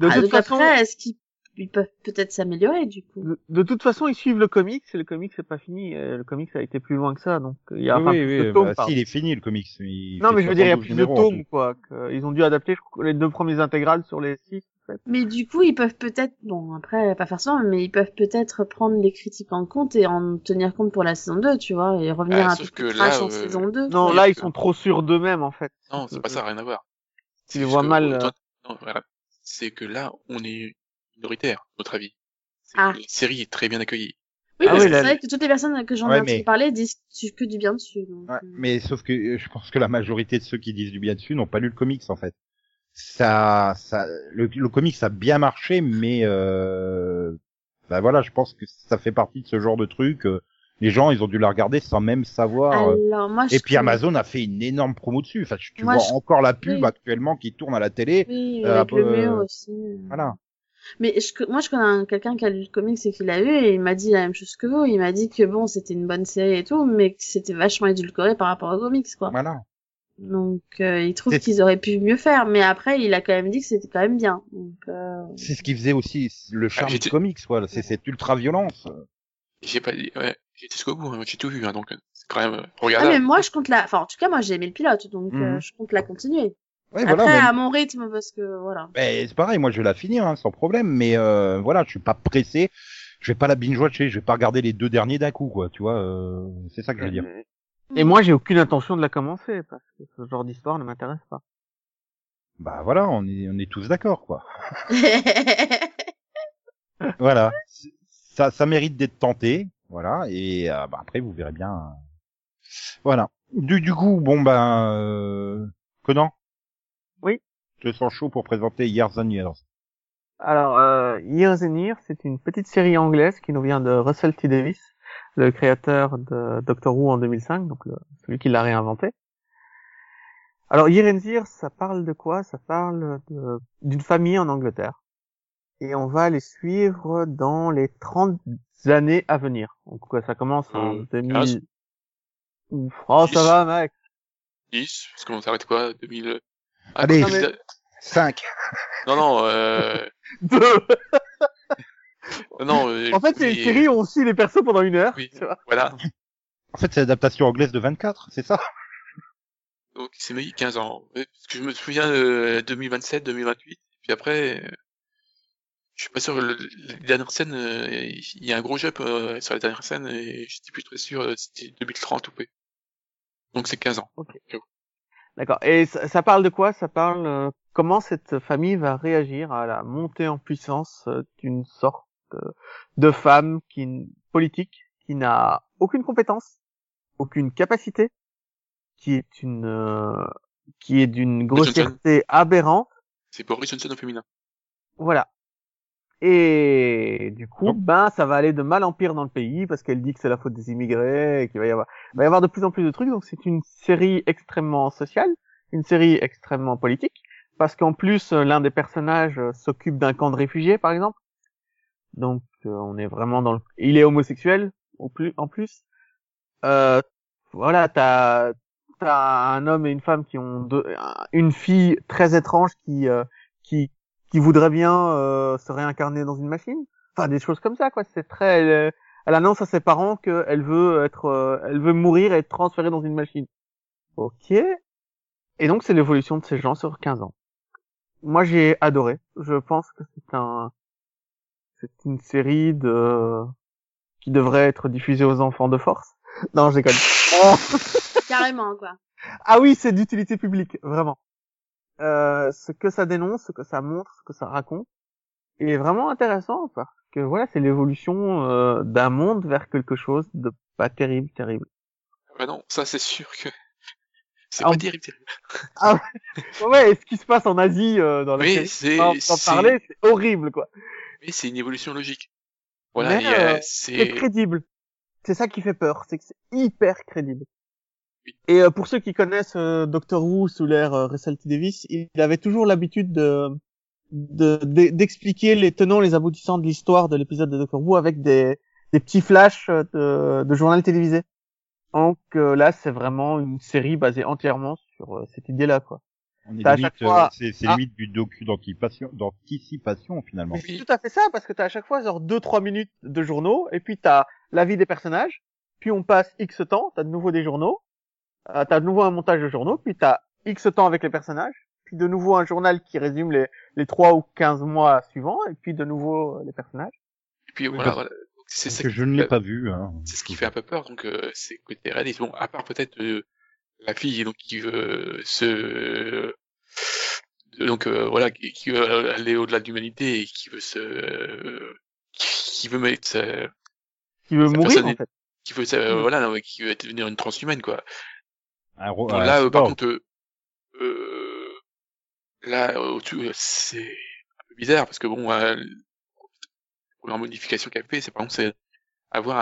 De Ah, toute donc façon, après, est-ce qu'ils ils peuvent peut-être s'améliorer, du coup de, de toute façon, ils suivent le comics, et le comics c'est pas fini, euh, le comics a été plus loin que ça, donc euh, il y a enfin, oui, plus oui, de tomes, bah, pardon. si, il est fini le comics. il Non, fait mais je veux dire, il y a 72 plus de numéros, en tomes, tout. quoi. que, euh, Ils ont dû adapter je crois, les deux premiers intégrales sur les six. Mais du coup, ils peuvent peut-être... Bon, après, pas forcément, mais ils peuvent peut-être prendre les critiques en compte et en tenir compte pour la saison 2, tu vois, et revenir Ah, un peu sauf plus que trash là, en euh, saison 2. Non, Oui, là, parce ils que- sont trop sûrs d'eux-mêmes, en fait. Non, c'est pas ça, rien à voir. Tu C'est les juste vois que, mal, euh, autant- non, voilà. C'est que là, on est minoritaire, à notre avis. C'est Ah. que La série est très bien accueillie. Oui, Ah parce oui, que là- c'est vrai que toutes les personnes que j'en ai Ouais, entendu mais- parler disent que du bien dessus. donc, Ouais, euh, mais sauf que euh, je pense que la majorité de ceux qui disent du bien dessus n'ont pas lu le comics en fait. Ça, ça, le, le comics a bien marché, mais euh, bah voilà, je pense que ça fait partie de ce genre de truc. euh, Les gens, ils ont dû la regarder sans même savoir. euh. Alors, moi, je Et puis trouve- Amazon a fait une énorme promo dessus. Enfin, tu tu Moi, vois je- encore la pub oui. actuellement qui tourne à la télé. Oui, Euh, avec le après, mur euh, aussi. euh. Voilà. Mais je, co- moi, je connais un- quelqu'un qui a lu le comics et qui l'a eu, et il m'a dit la même chose que vous. Il m'a dit que bon, c'était une bonne série et tout, mais que c'était vachement édulcoré par rapport au comics, quoi. Voilà. Donc, euh, il trouve C'est- qu'ils auraient pu mieux faire, mais après, il a quand même dit que c'était quand même bien. Donc, euh, C'est ce qui faisait aussi le charme j'ai du dit- comics, quoi. C'est cette ultra violence. J'ai pas dit, ouais, j'étais jusqu'au bout, hein, j'ai tout vu, hein, donc euh, c'est quand même, Ah, regardez. mais moi, je compte la. Enfin, en tout cas, moi, j'ai aimé le pilote, donc euh, bah, Mhm. je compte la continuer. Ouais, après, voilà. mais- à mon rythme, parce que voilà. Ben, c'est pareil, moi je vais la finir hein, sans problème, mais euh, voilà, je suis pas pressé, je vais pas la binge watcher, je vais pas regarder les deux derniers d'un coup, quoi, tu vois, euh, c'est ça que je veux dire. Et moi, j'ai aucune intention de la commencer, parce que ce genre d'histoire ne m'intéresse pas. Bah voilà, on est, on est tous d'accord, quoi. voilà, C'est- ça, ça mérite d'être tenté, voilà, et euh, bah, après vous verrez bien. euh, Voilà. Du, du coup, bon ben, euh, Conan. Oui. Je te sens chaud pour présenter Years and Years. Alors, euh, Years and Years, c'est une petite série anglaise qui nous vient de Russell T. Davis, le créateur de Doctor Who en 2005, donc le- celui qui l'a réinventé. Alors, Years and Years, ça parle de quoi Ça parle de- d'une famille en Angleterre. Et on va les suivre dans les 30 années à venir. Donc, quoi, ça commence en Euh, 2000... Ouf, oh, ça va, mec 10, parce qu'on s'arrête quoi, 2000. Ah, Allez. non, mais- 5. non, non, euh, Deux. non, euh, En fait, c'est une oui, série où on suit les persos pendant une heure, Oui. tu vois. Voilà. En fait, c'est l'adaptation anglaise de 24, c'est ça Donc, il s'est mis 15 ans. Euh, Parce que je me souviens, euh, 2027, 2028. Puis après, euh, je suis pas sûr, le, le- les dernières scènes, euh, il y a un gros jump euh, sur la dernière scène, et je suis plus très sûr, euh, c'était 2030 ou quoi. Donc, c'est 15 ans. D'accord. Et ça, ça parle de quoi Ça parle euh, comment cette famille va réagir à la montée en puissance euh, d'une sorte euh, de femme qui n- politique qui n'a aucune compétence, aucune capacité, qui est une euh, qui est d'une grossièreté aberrante. C'est Boris Johnson au féminin. Voilà. Et du coup, Donc- ben, ça va aller de mal en pire dans le pays parce qu'elle dit que c'est la faute des immigrés, et qu'il va y avoir, il va y avoir de plus en plus de trucs. Donc c'est une série extrêmement sociale, une série extrêmement politique, parce qu'en plus euh, l'un des personnages euh, s'occupe d'un camp de réfugiés, par exemple. Donc euh, on est vraiment dans le, il est homosexuel au plus, en plus. Euh, voilà, t'as t'as un homme et une femme qui ont deux, un- une fille très étrange qui euh, qui qui voudrait bien euh, se réincarner dans une machine. Enfin, des choses comme ça, quoi. C'est très. Elle, euh, elle annonce à ses parents qu'elle veut être, euh, elle veut mourir et être transférée dans une machine. Ok. Et donc, c'est l'évolution de ces gens sur 15 ans. Moi, j'ai adoré. Je pense que c'est un, c'est une série de qui devrait être diffusée aux enfants de force. Non, je déconne. Oh. Carrément, quoi. Ah oui, c'est d'utilité publique, vraiment. Euh, ce que ça dénonce, ce que ça montre, ce que ça raconte, est vraiment intéressant parce que voilà, c'est l'évolution euh, d'un monde vers quelque chose de pas terrible, terrible. Ah Bah non, ça, c'est sûr que. C'est Ah, pas on- terrible, terrible. Ouais, et ce qui se passe en Asie euh, dans la Oui, série, c'est- on en- on en c'est- parlait, c'est horrible quoi. Mais c'est une évolution logique. Voilà, Mais, et, euh, euh, C'est c'est. crédible. C'est ça qui fait peur, c'est que c'est hyper crédible. Et euh, pour ceux qui connaissent euh, Doctor Who sous l'ère euh, Russell T. Davis, il avait toujours l'habitude de de- de- d'expliquer les tenants, les aboutissants de l'histoire de l'épisode de Doctor Who avec des, des petits flashs euh, de, de journal télévisé. Donc euh, là, c'est vraiment une série basée entièrement sur euh, cette idée-là, quoi. On T'as à est chaque limite, euh, fois- c'est c'est Ah. limite du docu d'anticipation, d'anticipation finalement. Mais c'est tout à fait ça, parce que t'as à chaque fois genre deux trois minutes de journaux, et puis t'as la vie des personnages, puis on passe X temps, t'as de nouveau des journaux, euh, t'as de nouveau un montage de journaux, puis t'as X temps avec les personnages, puis de nouveau un journal qui résume les, les 3 ou 15 mois suivants, et puis de nouveau euh, les personnages. Et puis voilà, parce- voilà. Donc, C'est Parce ça que qui je ne l'ai fait- pas vu. Hein. C'est ce qui fait un peu peur, donc euh, c'est côté réaliste. Bon, à part peut-être euh, la fille donc qui veut se donc euh, voilà qui, qui veut aller au-delà de l'humanité et qui veut se euh, qui qui veut mettre sa- Qui veut Ça mourir, personne en n'est- fait. qui veut sa- Mm. voilà non, mais qui veut devenir une transhumaine quoi. Un ro- Bon, un là euh, par sport. contre euh, euh, là euh, tu- euh, c'est un peu bizarre parce que bon euh, la première modification qu'elle fait c'est par exemple c'est avoir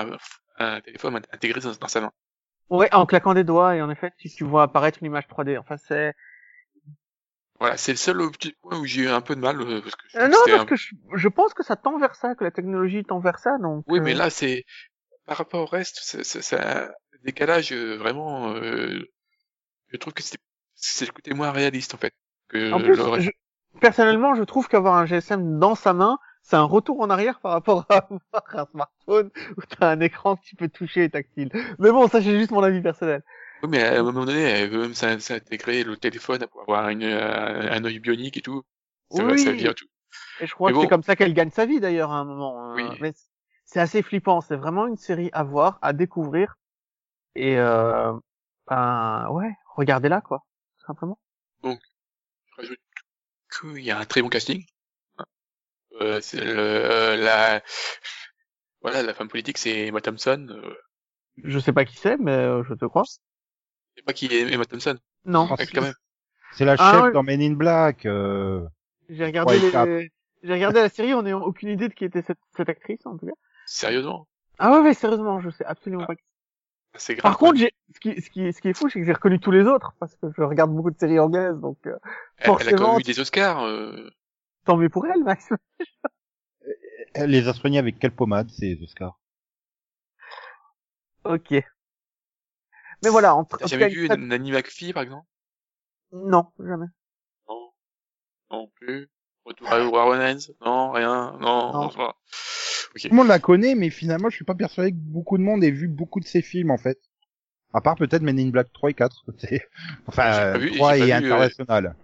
un, un téléphone int- intégré dans, dans sa main. Ouais, en claquant des doigts, et en effet, tu, tu vois apparaître une image 3D. Enfin, c'est Voilà, c'est le seul petit point où j'ai eu un peu de mal euh, parce que je trouve Euh, que non, c'était parce un- que je, je pense que ça tend vers ça, que la technologie tend vers ça, donc. oui, euh, mais là c'est par rapport au reste, c'est- c'est c'est un décalage euh, vraiment. euh, Je trouve que c'est c'est le côté moins réaliste en fait. Que En plus, Euh, le reste. je- personnellement, je trouve qu'avoir un GSM dans sa main, c'est un retour en arrière par rapport à avoir un smartphone où t'as un écran que tu peux toucher et tactile. Mais bon, ça, c'est juste mon avis personnel. Oui, mais à un moment donné, elle veut même s'in- s'intégrer le téléphone pour avoir une, euh, un œil bionique et tout. Ça, va- Oui. ça vient tout. Et je crois Mais que bon. c'est comme ça qu'elle gagne sa vie d'ailleurs à un moment. euh, Oui. Mais c- c'est assez flippant. C'est vraiment une série à voir, à découvrir. Et euh, ben, ouais, regardez-la quoi, tout simplement. Je rajoute qu'il y a un très bon casting. Euh, c'est le, euh, la... Voilà, la femme politique, c'est Emma Thompson. Euh, Je sais pas qui c'est, mais euh, je te crois. je sais pas qui est Emma Thompson. Non. Ah, Elle, quand même. C'est la chef Ah, ouais. dans Men in Black. euh, J'ai regardé Ouais, ça- les... j'ai regardé la série en n'ayant aucune idée de qui était cette, cette actrice en tout cas. Sérieusement. Ah ouais, mais sérieusement, je sais absolument pas. qui c'est. C'est Ah, grave. Par contre, j'ai ce qui ce qui ce qui est fou, c'est que j'ai reconnu tous les autres parce que je regarde beaucoup de séries anglaises donc euh, elle, elle a quand forcément- même eu des Oscars. euh, tant mieux pour elle, Max. Elle les a soignés avec quelle pommade, ces Oscars OK. Mais voilà, en, en T'as tout jamais cas, vu ça- Nanny McPhee, par exemple non, jamais. Non. Non plus. Retour à Warren Heinz Non, rien. Non. Non. enfin. Ok. Tout le monde la connaît, mais finalement, je suis pas persuadé que beaucoup de monde ait vu beaucoup de ses films, en fait. À part peut-être Men in Black 3 et 4. c'est- J'ai Enfin, pas vu- 3 j'ai et pas vu, euh, international.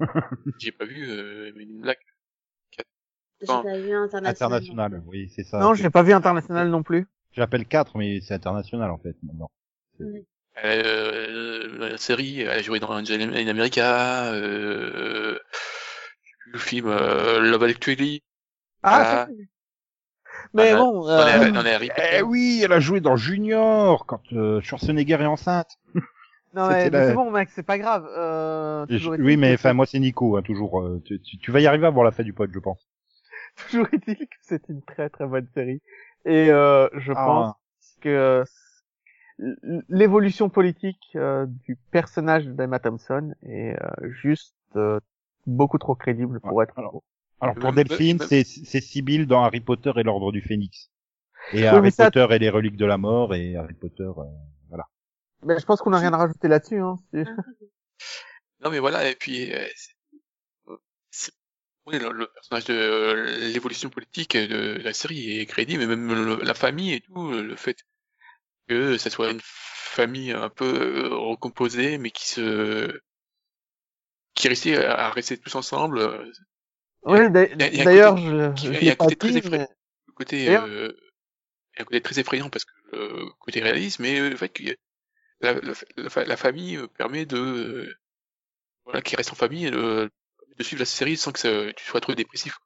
J'ai pas vu euh, Men in Black. J'ai Bon. pas vu international. International, oui, c'est ça. non, C'est- je l'ai pas vu international non plus. J'appelle 4, mais c'est international, en fait, maintenant. Elle, euh, la série, elle a joué dans Angel in America. Euh, le film euh, Love Actually. Ah, Ah. ça, j'ai vu. Mais Ah, bon, Dans les- euh, dans les Harry Potter. Eh oui, elle a joué dans Junior, quand euh, Schwarzenegger est enceinte. non, mais, c'était mais la- c'est bon, mec, c'est pas grave. Euh, Et je- toujours Oui, est-il mais que- enfin, moi, c'est Nico, hein, toujours. euh, tu, tu- tu vas y arriver avant la fin du pote, je pense. toujours est-il que c'est une très très bonne série. Et euh, je Ah. pense que l- l'évolution politique euh, du personnage d'Emma Thompson est euh, juste euh, beaucoup trop crédible pour être. alors, Alors pour Même- Delphine, même- c'est c'est Sibyl dans Harry Potter et l'Ordre du Phénix. Et Oui, Harry mais ça- Potter et les reliques de la mort et Harry Potter. euh, Mais je pense qu'on n'a rien à rajouter là-dessus. Hein. C'est- Non mais voilà, et puis euh, c'est- euh, c'est- oui, le, le personnage de euh, l'évolution politique de la série est crédible, mais même le- la famille et tout, le fait que ça soit une famille un peu euh, recomposée, mais qui se qui réussit à à rester tous ensemble, euh, Ouais, d'a- il y a- il y a un D'ailleurs, côté- je, il y a je l'ai un pas côté très dit, effrayant. mais- le côté D'ailleurs- euh, un côté très effrayant parce que euh, côté réaliste, mais euh, le fait que la, la, la fa- la famille euh, permet de euh, voilà qui reste en famille et de, de suivre la série sans que ça- tu sois trop dépressif.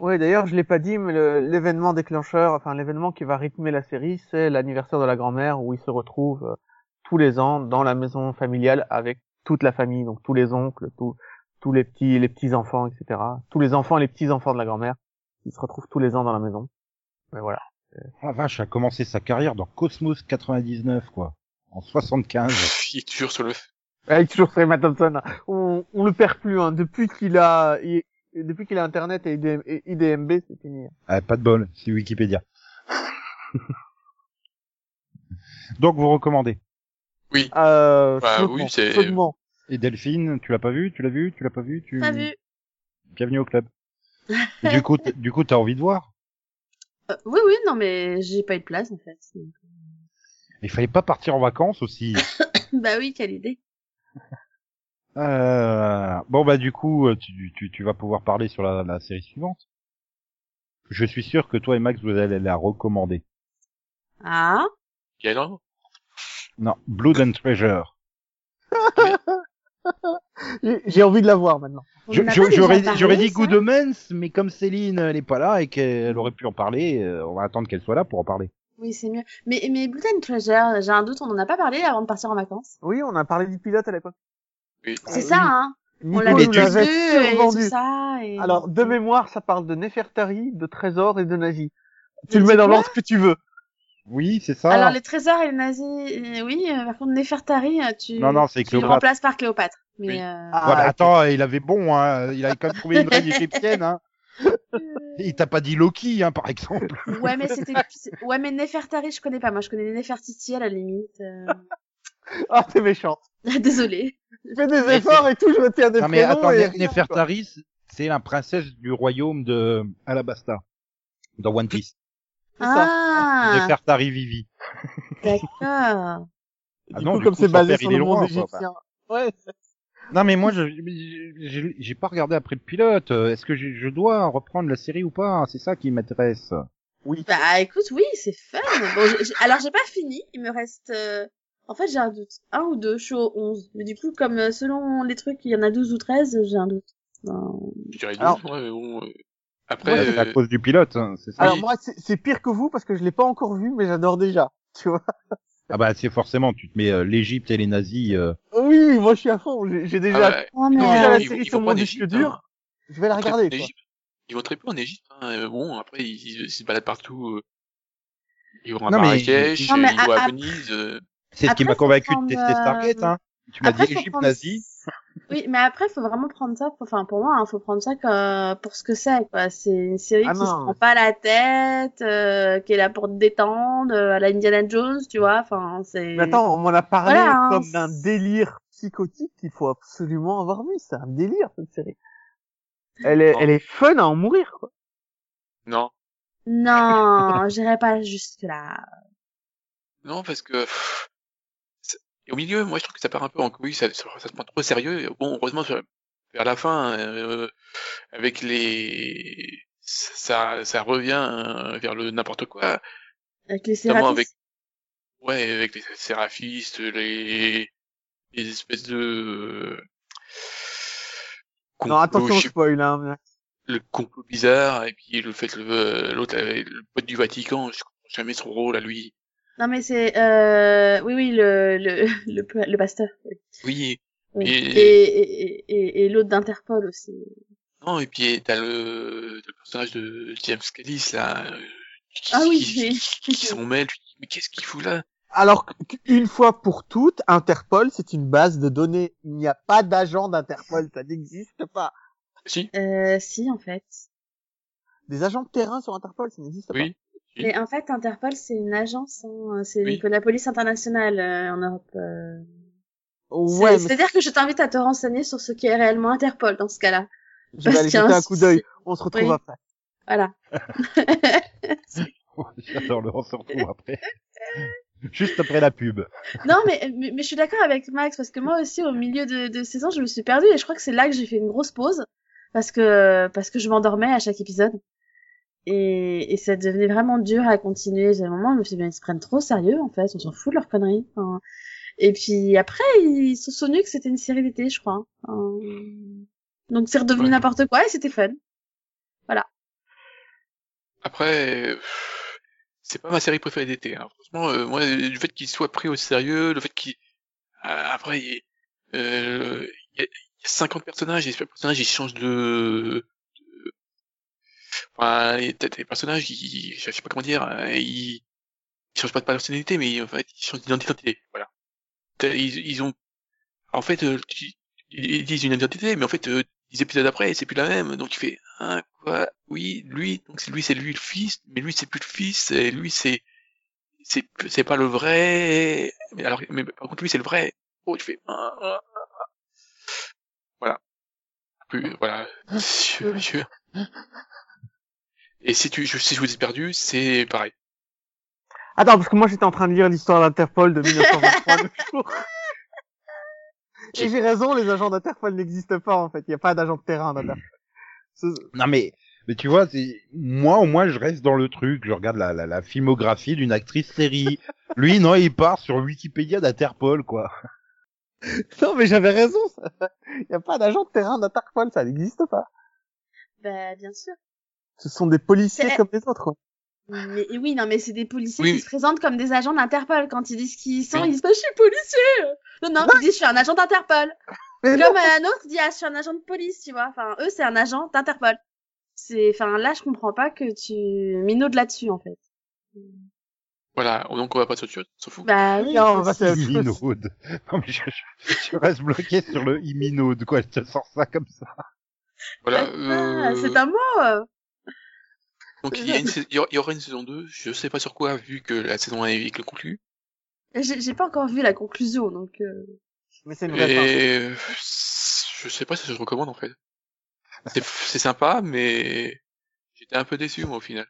ouais, d'ailleurs, je l'ai pas dit, mais le- l'événement déclencheur, enfin l'événement qui va rythmer la série, c'est l'anniversaire de la grand-mère où ils se retrouvent euh, tous les ans dans la maison familiale avec toute la famille, donc tous les oncles, tous tous les petits les petits enfants, etc. Tous les enfants et les petits enfants de la grand-mère, ils se retrouvent tous les ans dans la maison. Mais voilà. Ah la vache, elle a commencé sa carrière dans Cosmos 99 quoi, en 75. Il est toujours sur le Ouais, toujours sur Emma Thompson. hein. On, on le perd plus. Hein. Depuis qu'il a il- depuis qu'il a Internet et, IDM et IDMB, c'est fini. hein. Ah, pas de bol, c'est Wikipédia. Donc vous recommandez Oui. Euh, Bah chaudement, oui, c'est- chaudement. Et Delphine, tu l'as pas vu Tu l'as vu Tu l'as pas vu Tu Pas vu. Bienvenue au club. Et du coup, t- du coup, t'as envie de voir Euh, oui, oui, non, mais j'ai pas eu de place, en fait. Il fallait pas partir en vacances aussi. bah oui, quelle idée. Euh, bon bah du coup, euh, tu, tu, tu vas pouvoir parler sur la, la série suivante. Je suis sûr que toi et Max vous allez la recommander. Ah. Gaëlan Non, Blood and Treasure. J'ai- J'ai envie de la voir maintenant. on Je- en a je- pas déjà J'aurais parlé, j'aurais dit ça Good Omens, mais comme Céline elle est pas là et qu'elle aurait pu en parler, euh, on va attendre qu'elle soit là pour en parler. Oui, c'est mieux. Mais, mais Blood and Treasure, j'ai un doute, on en a pas parlé avant de partir en vacances. Oui, on a parlé du pilote à l'époque. Oui. C'est Ah Euh, ça, oui. hein. On Nico l'avait nous tous tous l'avait deux et tout survendu. ça. Et... Alors, de mémoire, ça parle de Nefertari, de Trésor et de Nazi. Tu Mais le mets dis dans quoi l'ordre que tu veux. Oui, c'est ça. Alors, les trésors et les nazis, euh, oui, euh, par contre, Nefertari, euh, tu, Non non, c'est tu le Cléopâtre. remplaces par Cléopâtre. Mais, Oui. euh, Ah, Voilà, ok. attends, il avait bon, hein. il avait quand même trouvé une reine égyptienne. Hein. Il t'a pas dit Loki, hein, par exemple. euh, ouais, mais c'était, c'est- ouais, mais Nefertari, je connais pas. Moi, je connais Nefertiti à la limite. euh, Ah, t'es méchante. Désolée. Fais des Mais efforts et tout, je tiens des Non mais prénoms attends, et Ne- rien, quoi. Nefertari, c'est- c'est la princesse du royaume de Alabasta dans One Piece. C'est ça. Ah, Nefertari Vivi. d'accord. Du Ah coup, non, du comme coup, c'est son basé père, sur il est le monde loin, quoi, égyptien. Ouais, Non mais moi, je- j'ai j'ai pas regardé après le pilote. Euh, Est-ce que je, je dois reprendre la série ou pas C'est ça qui m'intéresse. Bah écoute, oui, c'est fun. Bon, j'ai- j'ai- alors j'ai pas fini, il me reste. euh, En fait, j'ai un doute. Un ou deux, je suis au 11. Mais du coup, comme euh, selon les trucs, il y en a 12 ou 13, j'ai un doute. Non. Je dirais Alors- 12, ouais, mais bon, euh, Ouais, Après, c'est à euh, cause du pilote, hein, c'est ça. Alors Oui. moi, c'est c'est pire que vous parce que je l'ai pas encore vu, mais j'adore déjà. Tu vois. Ah bah c'est forcément, tu te mets euh, l'Égypte et les nazis. euh, Oui, moi je suis à fond. J'ai j'ai ah déjà, bah, Oh, j'ai mais, déjà euh, la ils- série ils sur vont mon pas disque hein. d'Égypte, dur. Je vais la bah, très peu regarder. en Quoi. Égypte. Ils vont très peu en Égypte. hein, euh, Bon, après, ils, ils se baladent partout. euh, Ils vont à Non, mais- Marrakech, Non, mais euh, ils vont à- à à- Venise. euh, C'est ce Après, qui m'a faut convaincu de prendre, tester Stargate. euh, Hein. Tu m'as dit faut Égypte prendre- nazie. Oui, mais après, faut vraiment prendre ça. pour- Enfin, pour moi, hein, faut prendre ça que- pour ce que c'est. quoi. C'est une série Ah qui se non. prend pas la tête, euh, qui est là pour te détendre, euh, à la Indiana Jones, tu vois. Enfin, c'est. Mais attends, on m'en a parlé Voilà, hein, comme c'est- d'un délire psychotique qu'il faut absolument avoir vu. C'est un délire cette série. Elle est, Non. elle est fun à en mourir. Quoi. Non, Non, j'irai pas jusque là. non, parce que pff, c'est- au milieu, moi, je trouve que ça part un peu en couille. Ça, ça, ça se prend trop au sérieux. Bon, heureusement, sur- vers la fin, euh, avec les, ça, ça revient euh, vers le n'importe quoi. Avec les Notamment séraphis. avec- Ouais, avec les séraphistes, les, les espèces de... euh, Non, complot, attention au je sais- spoil. Hein. le complot bizarre, et puis le fait que le- l'autre, euh, le pote du Vatican, je comprends jamais son rôle à lui. Non mais c'est euh... oui oui le le le, p- le pasteur oui. Oui, Oui. Et- et et, et, et l'autre d'Interpol aussi non, et puis t'as le, le personnage de James Callis, là, euh, qui, ah oui qui, j'ai- qui s'en mêle, tu te dis, mais qu'est-ce qu'il fout là Alors qu'une fois pour toutes, Interpol c'est une base de données. Il n'y a pas d'agent d'Interpol, ça n'existe pas. Si, euh, si en fait Des agents de terrain sur Interpol, ça n'existe oui, Oui. mais en fait Interpol c'est une agence hein. c'est Oui. la police internationale euh, en Europe euh. pas. C'est- Ouais, mais c'est-à-dire que je t'invite à te renseigner sur ce qui est réellement Interpol dans ce cas-là je vais aller Bastien, jeter un coup d'œil. On se retrouve Oui. après. voilà Oh, J'adore le on se retrouve après. Juste après la pub. non mais, mais mais je suis d'accord avec Max parce que moi aussi au milieu de de saison je me suis perdue et je crois que c'est là que j'ai fait une grosse pause parce que parce que je m'endormais à chaque épisode et et ça devenait vraiment dur à continuer. J'ai un moment je me suis dit mais ils se prennent trop au sérieux en fait, on s'en fout de leurs conneries. Enfin, Et puis après ils se sont souvenus que c'était une série d'été je crois. hein. Enfin, Donc c'est redevenu Ouais. n'importe quoi et c'était fun. Après, euh, pff, c'est pas ma série préférée d'été. Hein. Franchement, euh, moi, le fait qu'il soit pris au sérieux, le fait qu'il... Ah, Après, il euh, il y, a- il y a 50 personnages, et les personnages, ils changent de... de- Enfin, les, t'as des personnages, ils, je sais pas comment dire, euh, ils, ils changent pas de personnalité, mais en fait, ils changent d'identité. Voilà. T'as- Ils, ils ont... En fait, euh, tu- ils disent une identité, mais en fait, euh, les épisodes après, c'est plus la même. Donc tu fais, hein, quoi, oui, lui, donc c'est- lui c'est lui le fils, mais lui c'est plus le fils, et lui c'est, c'est, c'est pas le vrai. mais alors, mais par contre, lui, c'est le vrai. Oh, tu fais. ah, ah, ah. Voilà. Plus, voilà. Monsieur, monsieur. Et si tu, je, si je vous ai perdu, c'est pareil. Attends, parce que moi j'étais en train de lire l'histoire d'Interpol de 1923 le jour. Et j'ai raison, les agents d'Interpol n'existent pas en fait. Il n'y a pas d'agent de terrain d'Interpol. Ce- Non mais mais tu vois, c'est- moi au moins je reste dans le truc, je regarde la, la, la filmographie d'une actrice série. Lui non, il part sur Wikipédia d'Interpol quoi. Non, mais j'avais raison. ça. Il n'y a pas d'agent de terrain d'Interpol, ça n'existe pas. Bah, bien sûr. Ce sont des policiers C'est- comme les autres. quoi. Mais et oui, non, mais c'est des policiers Oui. qui se présentent comme des agents d'Interpol. Quand ils disent qu'ils sont, Oui. ils disent pas, je suis policier. Non, non, ils disent, je suis un agent d'Interpol. Mais Comme non, euh, un autre dit, ah, je suis un agent de police, tu vois. Enfin, eux, c'est un agent d'Interpol. C'est, enfin, là, je comprends pas que tu minaudes là-dessus, en fait. Voilà. Donc, on va pas sur dessus, on s'en fout. Bah oui. non, on va faire- Iminode. Non mais je, je, je reste bloqué sur le Iminode quoi, je te sors ça comme ça. Voilà. Ah, euh, C'est un mot. euh. Donc, il y, a une sais- il y aura- il y aura une saison 2. Je sais pas sur quoi, vu que la saison 1 est conclue. J'ai j'ai pas encore vu la conclusion, donc. euh, Mais c'est une vraie fin. Et euh, je sais pas si je recommande en fait. C'est c'est sympa, mais j'étais un peu déçu moi au final.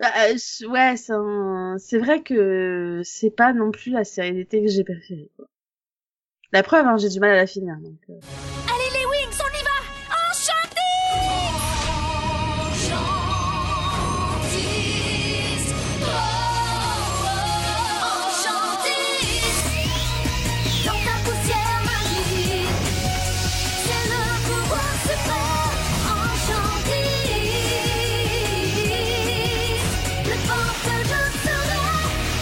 bah, euh, je- ouais, c'est un- c'est vrai que c'est pas non plus la série d'été que j'ai préférée. quoi. La preuve, hein, j'ai du mal à la finir. Donc, euh. Allez les Wings, on y va Enchantis Enchantis oh, oh, oh. Enchantis Dans ta poussière magique C'est le pouvoir suprême Enchantis Le vent que je serai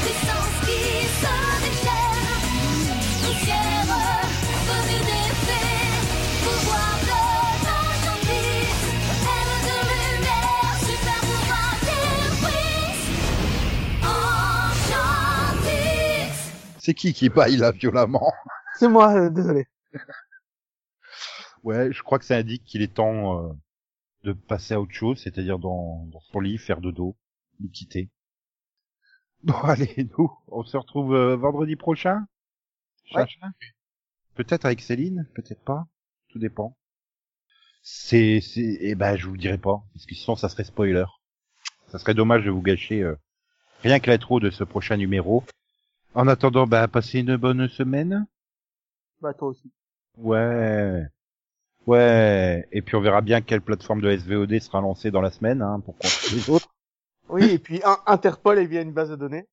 Puissance qui se déchaîne Poussière venue des fées Pouvoir de l'enchantis Aile de lumière Super pouvoir des wings Enchantis C'est qui qui baille là violemment C'est moi, euh, désolé. Ouais, je crois que ça indique qu'il est temps euh, de passer à autre chose, c'est-à-dire dans, dans son lit, faire dodo, nous quitter. Bon, allez, nous, on se retrouve euh, vendredi prochain Ouais. Chacha Peut-être avec Céline, peut-être pas, tout dépend. C'est, c'est, eh ben, je vous le dirai pas, parce que sinon ça serait spoiler. Ça serait dommage de vous gâcher euh, rien que l'intro de ce prochain numéro. En attendant, bah, passez une bonne semaine. Bah toi aussi. Ouais. Ouais. Et puis on verra bien quelle plateforme de SVOD sera lancée dans la semaine, hein, pour qu'on les autres. Oui, et puis un, Interpol est via une base de données.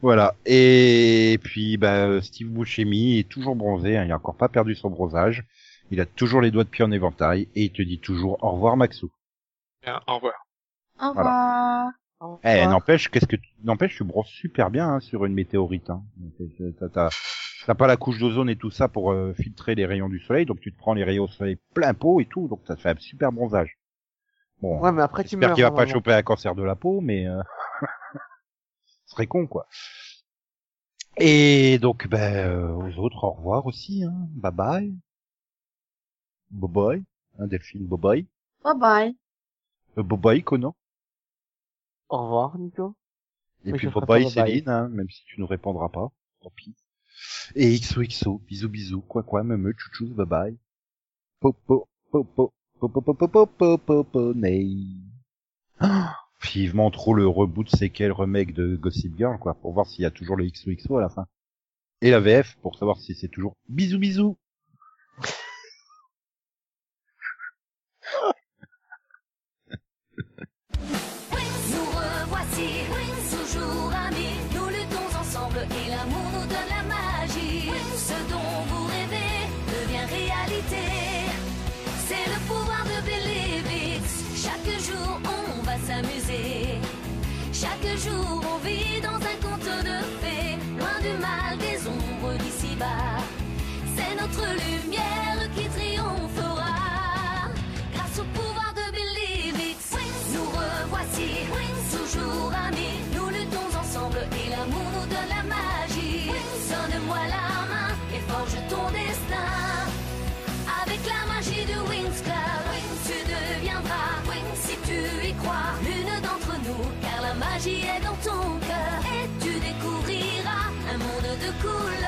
Voilà. Et puis, bah, Steve Buscemi est toujours bronzé, hein, il a encore pas perdu son bronzage. Il a toujours les doigts de pied en éventail et il te dit toujours au revoir Maxou. Bien, au revoir. Au revoir. Au Eh, revoir. n'empêche, qu'est-ce que tu... n'empêche, tu bronzes super bien hein, sur une météorite. Hein. T'as- T'as t'as pas la couche d'ozone et tout ça pour euh, filtrer les rayons du soleil, donc tu te prends les rayons du soleil plein pot et tout, donc ça te fait un super bronzage. Bon, Ouais, mais après tu meurs. J'espère qu'il va pas normalement. choper un cancer de la peau, mais euh... ce serait con quoi. Et donc ben euh, aux autres au revoir aussi, hein. bye bye, bye bye, hein, Delphine bye bye, Bye bye. euh, bye bye Conan, Au revoir, Nico. et Oui, puis je ferai bye bye pas bye bye. Céline, hein, même si tu nous répondras pas, tant pis. Et XOXO, bisous bisous, quoi quoi, me me chouchous, bye bye, popo popo popo popo popo popo ney. vivement trop le reboot séquel remake de Gossip Girl quoi pour voir s'il y a toujours le XOXO à la fin et la VF pour savoir si c'est toujours bisous bisous Wings, nous revoici, Wings, toujours amis, nous luttons ensemble et l'amour nous donne la magie. Wings, ce dont vous rêvez devient réalité. C'est le pouvoir de Believe It. Chaque jour on va s'amuser. Chaque jour on vit dans un conte de fées, loin du mal des ombres d'ici-bas. C'est notre lumière qui triomphera grâce au pouvoir de Believe It. Nous revoici, toujours amis. Nous luttons ensemble et l'amour nous donne la magie. Sonne-moi la main et forge ton destin. Avec la magie du Wings Club, tu deviendras Wings si tu y crois. L'une d'entre nous, car la magie est dans ton cœur. Et tu découvriras couleurs.